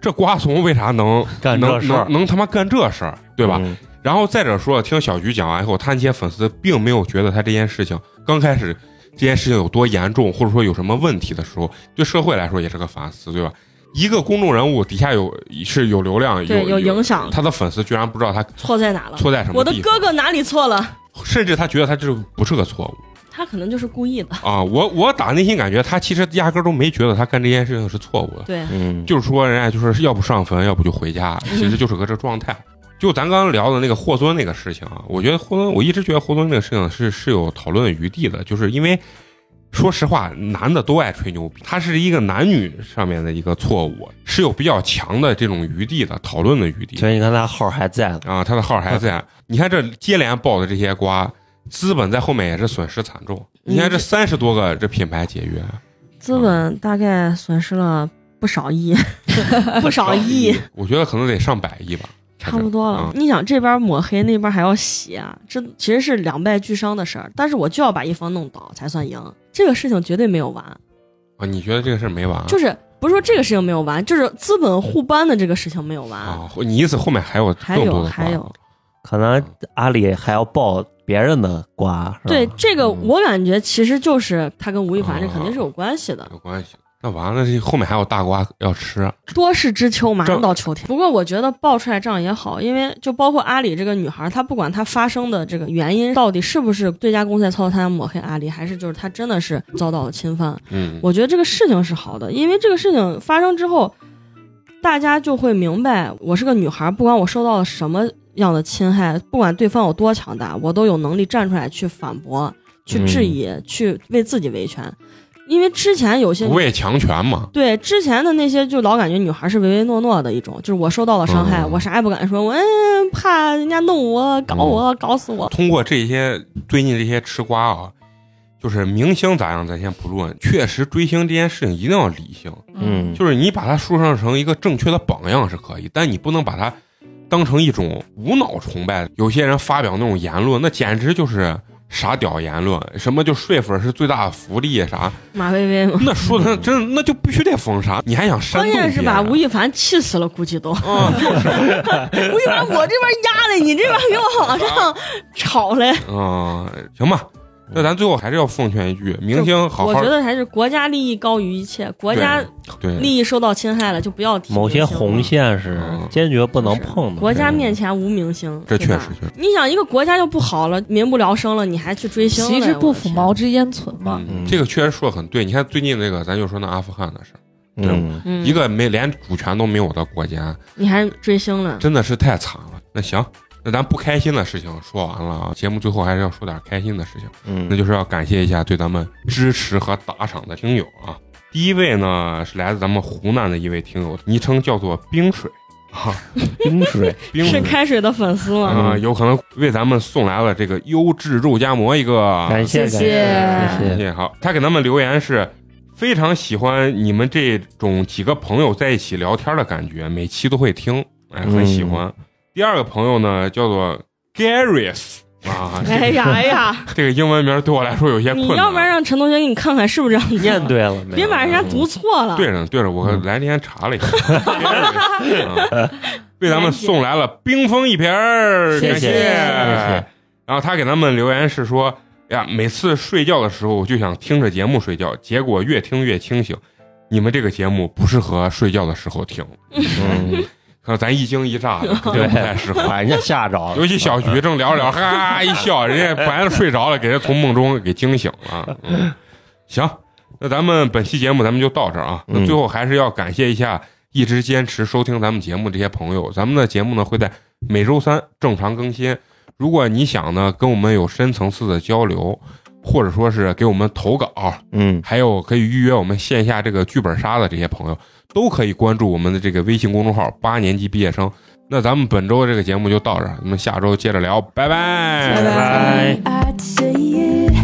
B: 这瓜怂为啥
E: <laughs>
B: 能
E: 干这
B: 能
E: 事儿
B: 能，能他妈干这事儿，对吧？
E: 嗯
B: 然后再者说，听小菊讲完以后，他那些粉丝并没有觉得他这件事情刚开始这件事情有多严重，或者说有什么问题的时候，对社会来说也是个反思，对吧？一个公众人物底下有是有流量，
D: 对，有
B: 有
D: 影响，
B: 他的粉丝居然不知道他
D: 错在哪了？
B: 错在什么
D: 我的
B: 地方，
D: 哥哥哪里错了？
B: 甚至他觉得他这不是个错误
D: 他可能就是故意的。
B: 啊！我我打内心感觉他其实压根儿都没觉得他干这件事情是错误的，
D: 对，
E: 嗯，
B: 就是说人家就是要不上坟，要不就回家，其实就是个这状态。就咱刚刚聊的那个霍尊那个事情啊，我觉得霍尊，我一直觉得霍尊这个事情是是有讨论余地的，就是因为说实话，男的都爱吹牛逼，它是一个男女上面的一个错误，是有比较强的这种余地的讨论的余地
E: 所以你看他号还在呢，
B: 啊。他的号还在，
D: <laughs>
B: 你看这接连爆的这些瓜，资本在后面也是损失惨重。你看这
D: 嗯
B: 三十多个这品牌解约，
D: 资本大概损失了不少亿， <laughs> 不少亿，
B: 我觉得可能得上百亿吧，
D: 差不多了
B: 嗯。
D: 你想这边抹黑，那边还要洗啊，这其实是两败俱伤的事儿。但是我就要把一方弄倒才算赢，这个事情绝对没有完。
B: 啊。你觉得这个事儿没完啊？
D: 就是不是说这个事情没有完，就是资本互扳的这个事情没有完。
B: 啊，你意思后面还有
D: 还有
B: 更多的
D: 还
B: 瓜
D: 有
E: 可能阿里还要爆别人的瓜，是吧
D: 对这个，
B: 嗯
D: 我感觉其实就是他跟吴亦凡这肯定是有关系的，
B: 有关系。那完了，这后面还有大瓜要吃，啊
D: 多事之秋，马
B: 这
D: 上到秋天。不过我觉得爆出来这样也好，因为就包括阿里这个女孩，她不管她发生的这个原因到底是不是对家公司在操贪抹黑阿里，还是就是她真的是遭到了侵犯，
B: 嗯，
D: 我觉得这个事情是好的，因为这个事情发生之后，大家就会明白，我是个女孩，不管我受到了什么样的侵害，不管对方有多强大，我都有能力站出来去反驳、去质疑、去为自己维权。因为之前有些
B: 嗯不畏强权嘛，
D: 对之前的那些，就老感觉女孩是唯唯诺诺的一种，就是我受到了伤害，
B: 嗯
D: 我啥也不敢说，我嗯怕人家弄我、搞我、
B: 嗯
D: 搞死我。
B: 通过这些最近这些吃瓜啊，就是明星咋样咱先不论，确实追星这件事情一定要理性，
E: 嗯，
B: 就是你把它树上成一个正确的榜样是可以，但你不能把它当成一种无脑崇拜。有些人发表那种言论，那简直就是傻屌言论，什么就睡粉是最大的福利啥，
D: 马薇薇嘛，
B: 那说的真那就必须得封杀，你还想煽
D: 关
B: 动别人？
D: 键是把吴亦凡气死了，估计都。
B: 啊，
D: 吴亦凡，我这边压的，你这边给我往上炒嘞。
B: 嗯，行吧，那咱最后还是要奉劝一句，明星好
D: 我
B: 好
D: 觉得还是国家利益高于一切，国家
B: 对，
D: 利益受到侵害了就不要提
E: 某些
D: 明星了
E: 红线是
B: 嗯
E: 坚决不能碰的。
D: 国家面前无明星，
B: 这
D: 对
B: 确
D: 吧
B: 实确实，
D: 你想一个国家就不好了，民不聊生了，你还去追星嘞？
C: 其实不
D: 我的
C: 腐
D: 天。
C: 毛之焉存嘛。
E: 嗯
B: 这个确实说的很对。你看最近那个，咱就说那阿富汗的事儿，
E: 嗯，
D: 嗯，
B: 一个没连主权都没有的国家，
D: 你还追星了，
B: 真的是太惨了。那行。那咱不开心的事情说完了啊，节目最后还是要说点开心的事情，
E: 嗯，
B: 那就是要感谢一下对咱们支持和打赏的听友啊。第一位呢是来自咱们湖南的一位听友，昵称叫做冰水啊，
E: 冰水，
B: 冰
D: 是
B: 水
D: 开水的粉丝吗？
B: 啊、有可能为咱们送来了这个优质肉夹馍一个，
E: 感谢
C: 谢
E: 感谢
C: 谢
E: 感
B: 谢谢。好，他给咱们留言是非常喜欢你们这种几个朋友在一起聊天的感觉，每期都会听，哎，很
E: 嗯
B: 喜欢。第二个朋友呢叫做 Garys 啊，
D: <laughs> 哎呀
B: <laughs>
D: 哎呀，
B: 这个英文名对我来说有些困
D: 你
B: 难。啊
D: 要不然让陈同学给你看看是不是这样子
E: 念，对了，
D: 别把人家读错
B: 嗯
D: 了。
B: 对着呢对着，我
E: 嗯
B: 来之前查
E: <laughs>
B: 了一下，Garys，啊为咱们送来了冰封一瓶儿，
E: 谢
B: 感
E: 谢谢
B: 然后他给咱们留言是说：“哎呀，每次睡觉的时候我就想听着节目睡觉，结果越听越清醒。你们这个节目不适合睡觉的时候听，
E: 嗯，
B: 看咱一惊一乍的，肯定不太适合。
E: 把人家吓着了，
B: 尤其小徐正聊着聊，哈哈哈一笑，人家本来睡着了，给人从梦中给惊醒了。嗯，行，那咱们本期节目咱们就到这儿啊。那
E: 嗯
B: 最后还是要感谢一下一直坚持收听咱们节目这些朋友。咱们的节目呢会在每周三正常更新。如果你想呢跟我们有深层次的交流，或者说是给我们投稿，
E: 嗯，
B: 还有可以预约我们线下这个剧本杀的这些朋友，都可以关注我们的这个微信公众号“八年级毕业生”。那咱们本周这个节目就到这儿，咱们下周接着聊，拜拜，
E: 拜拜。
F: I'd say it.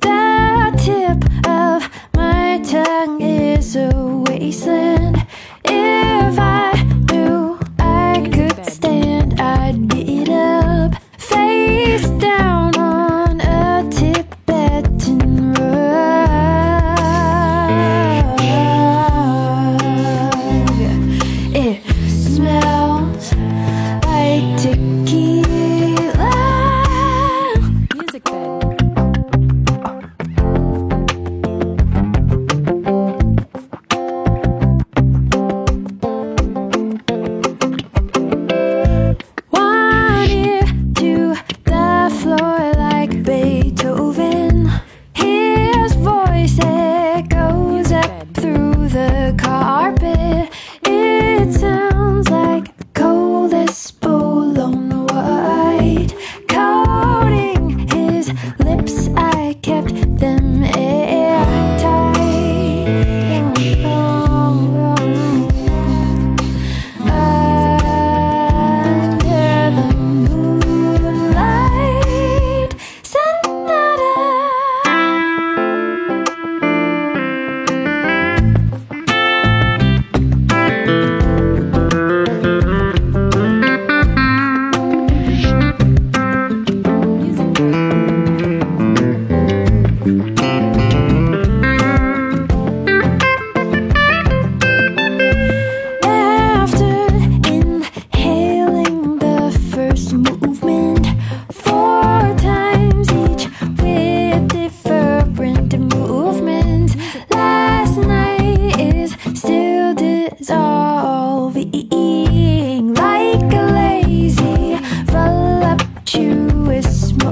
F: The tip of my tongue is a wasteland. If I knew I could stand, I'd get up, face down on a Tibetan rug. It smells like tequila. Music bed.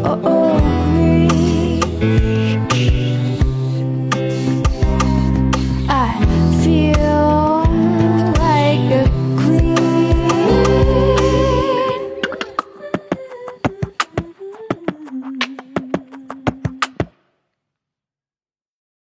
F: oh, oh.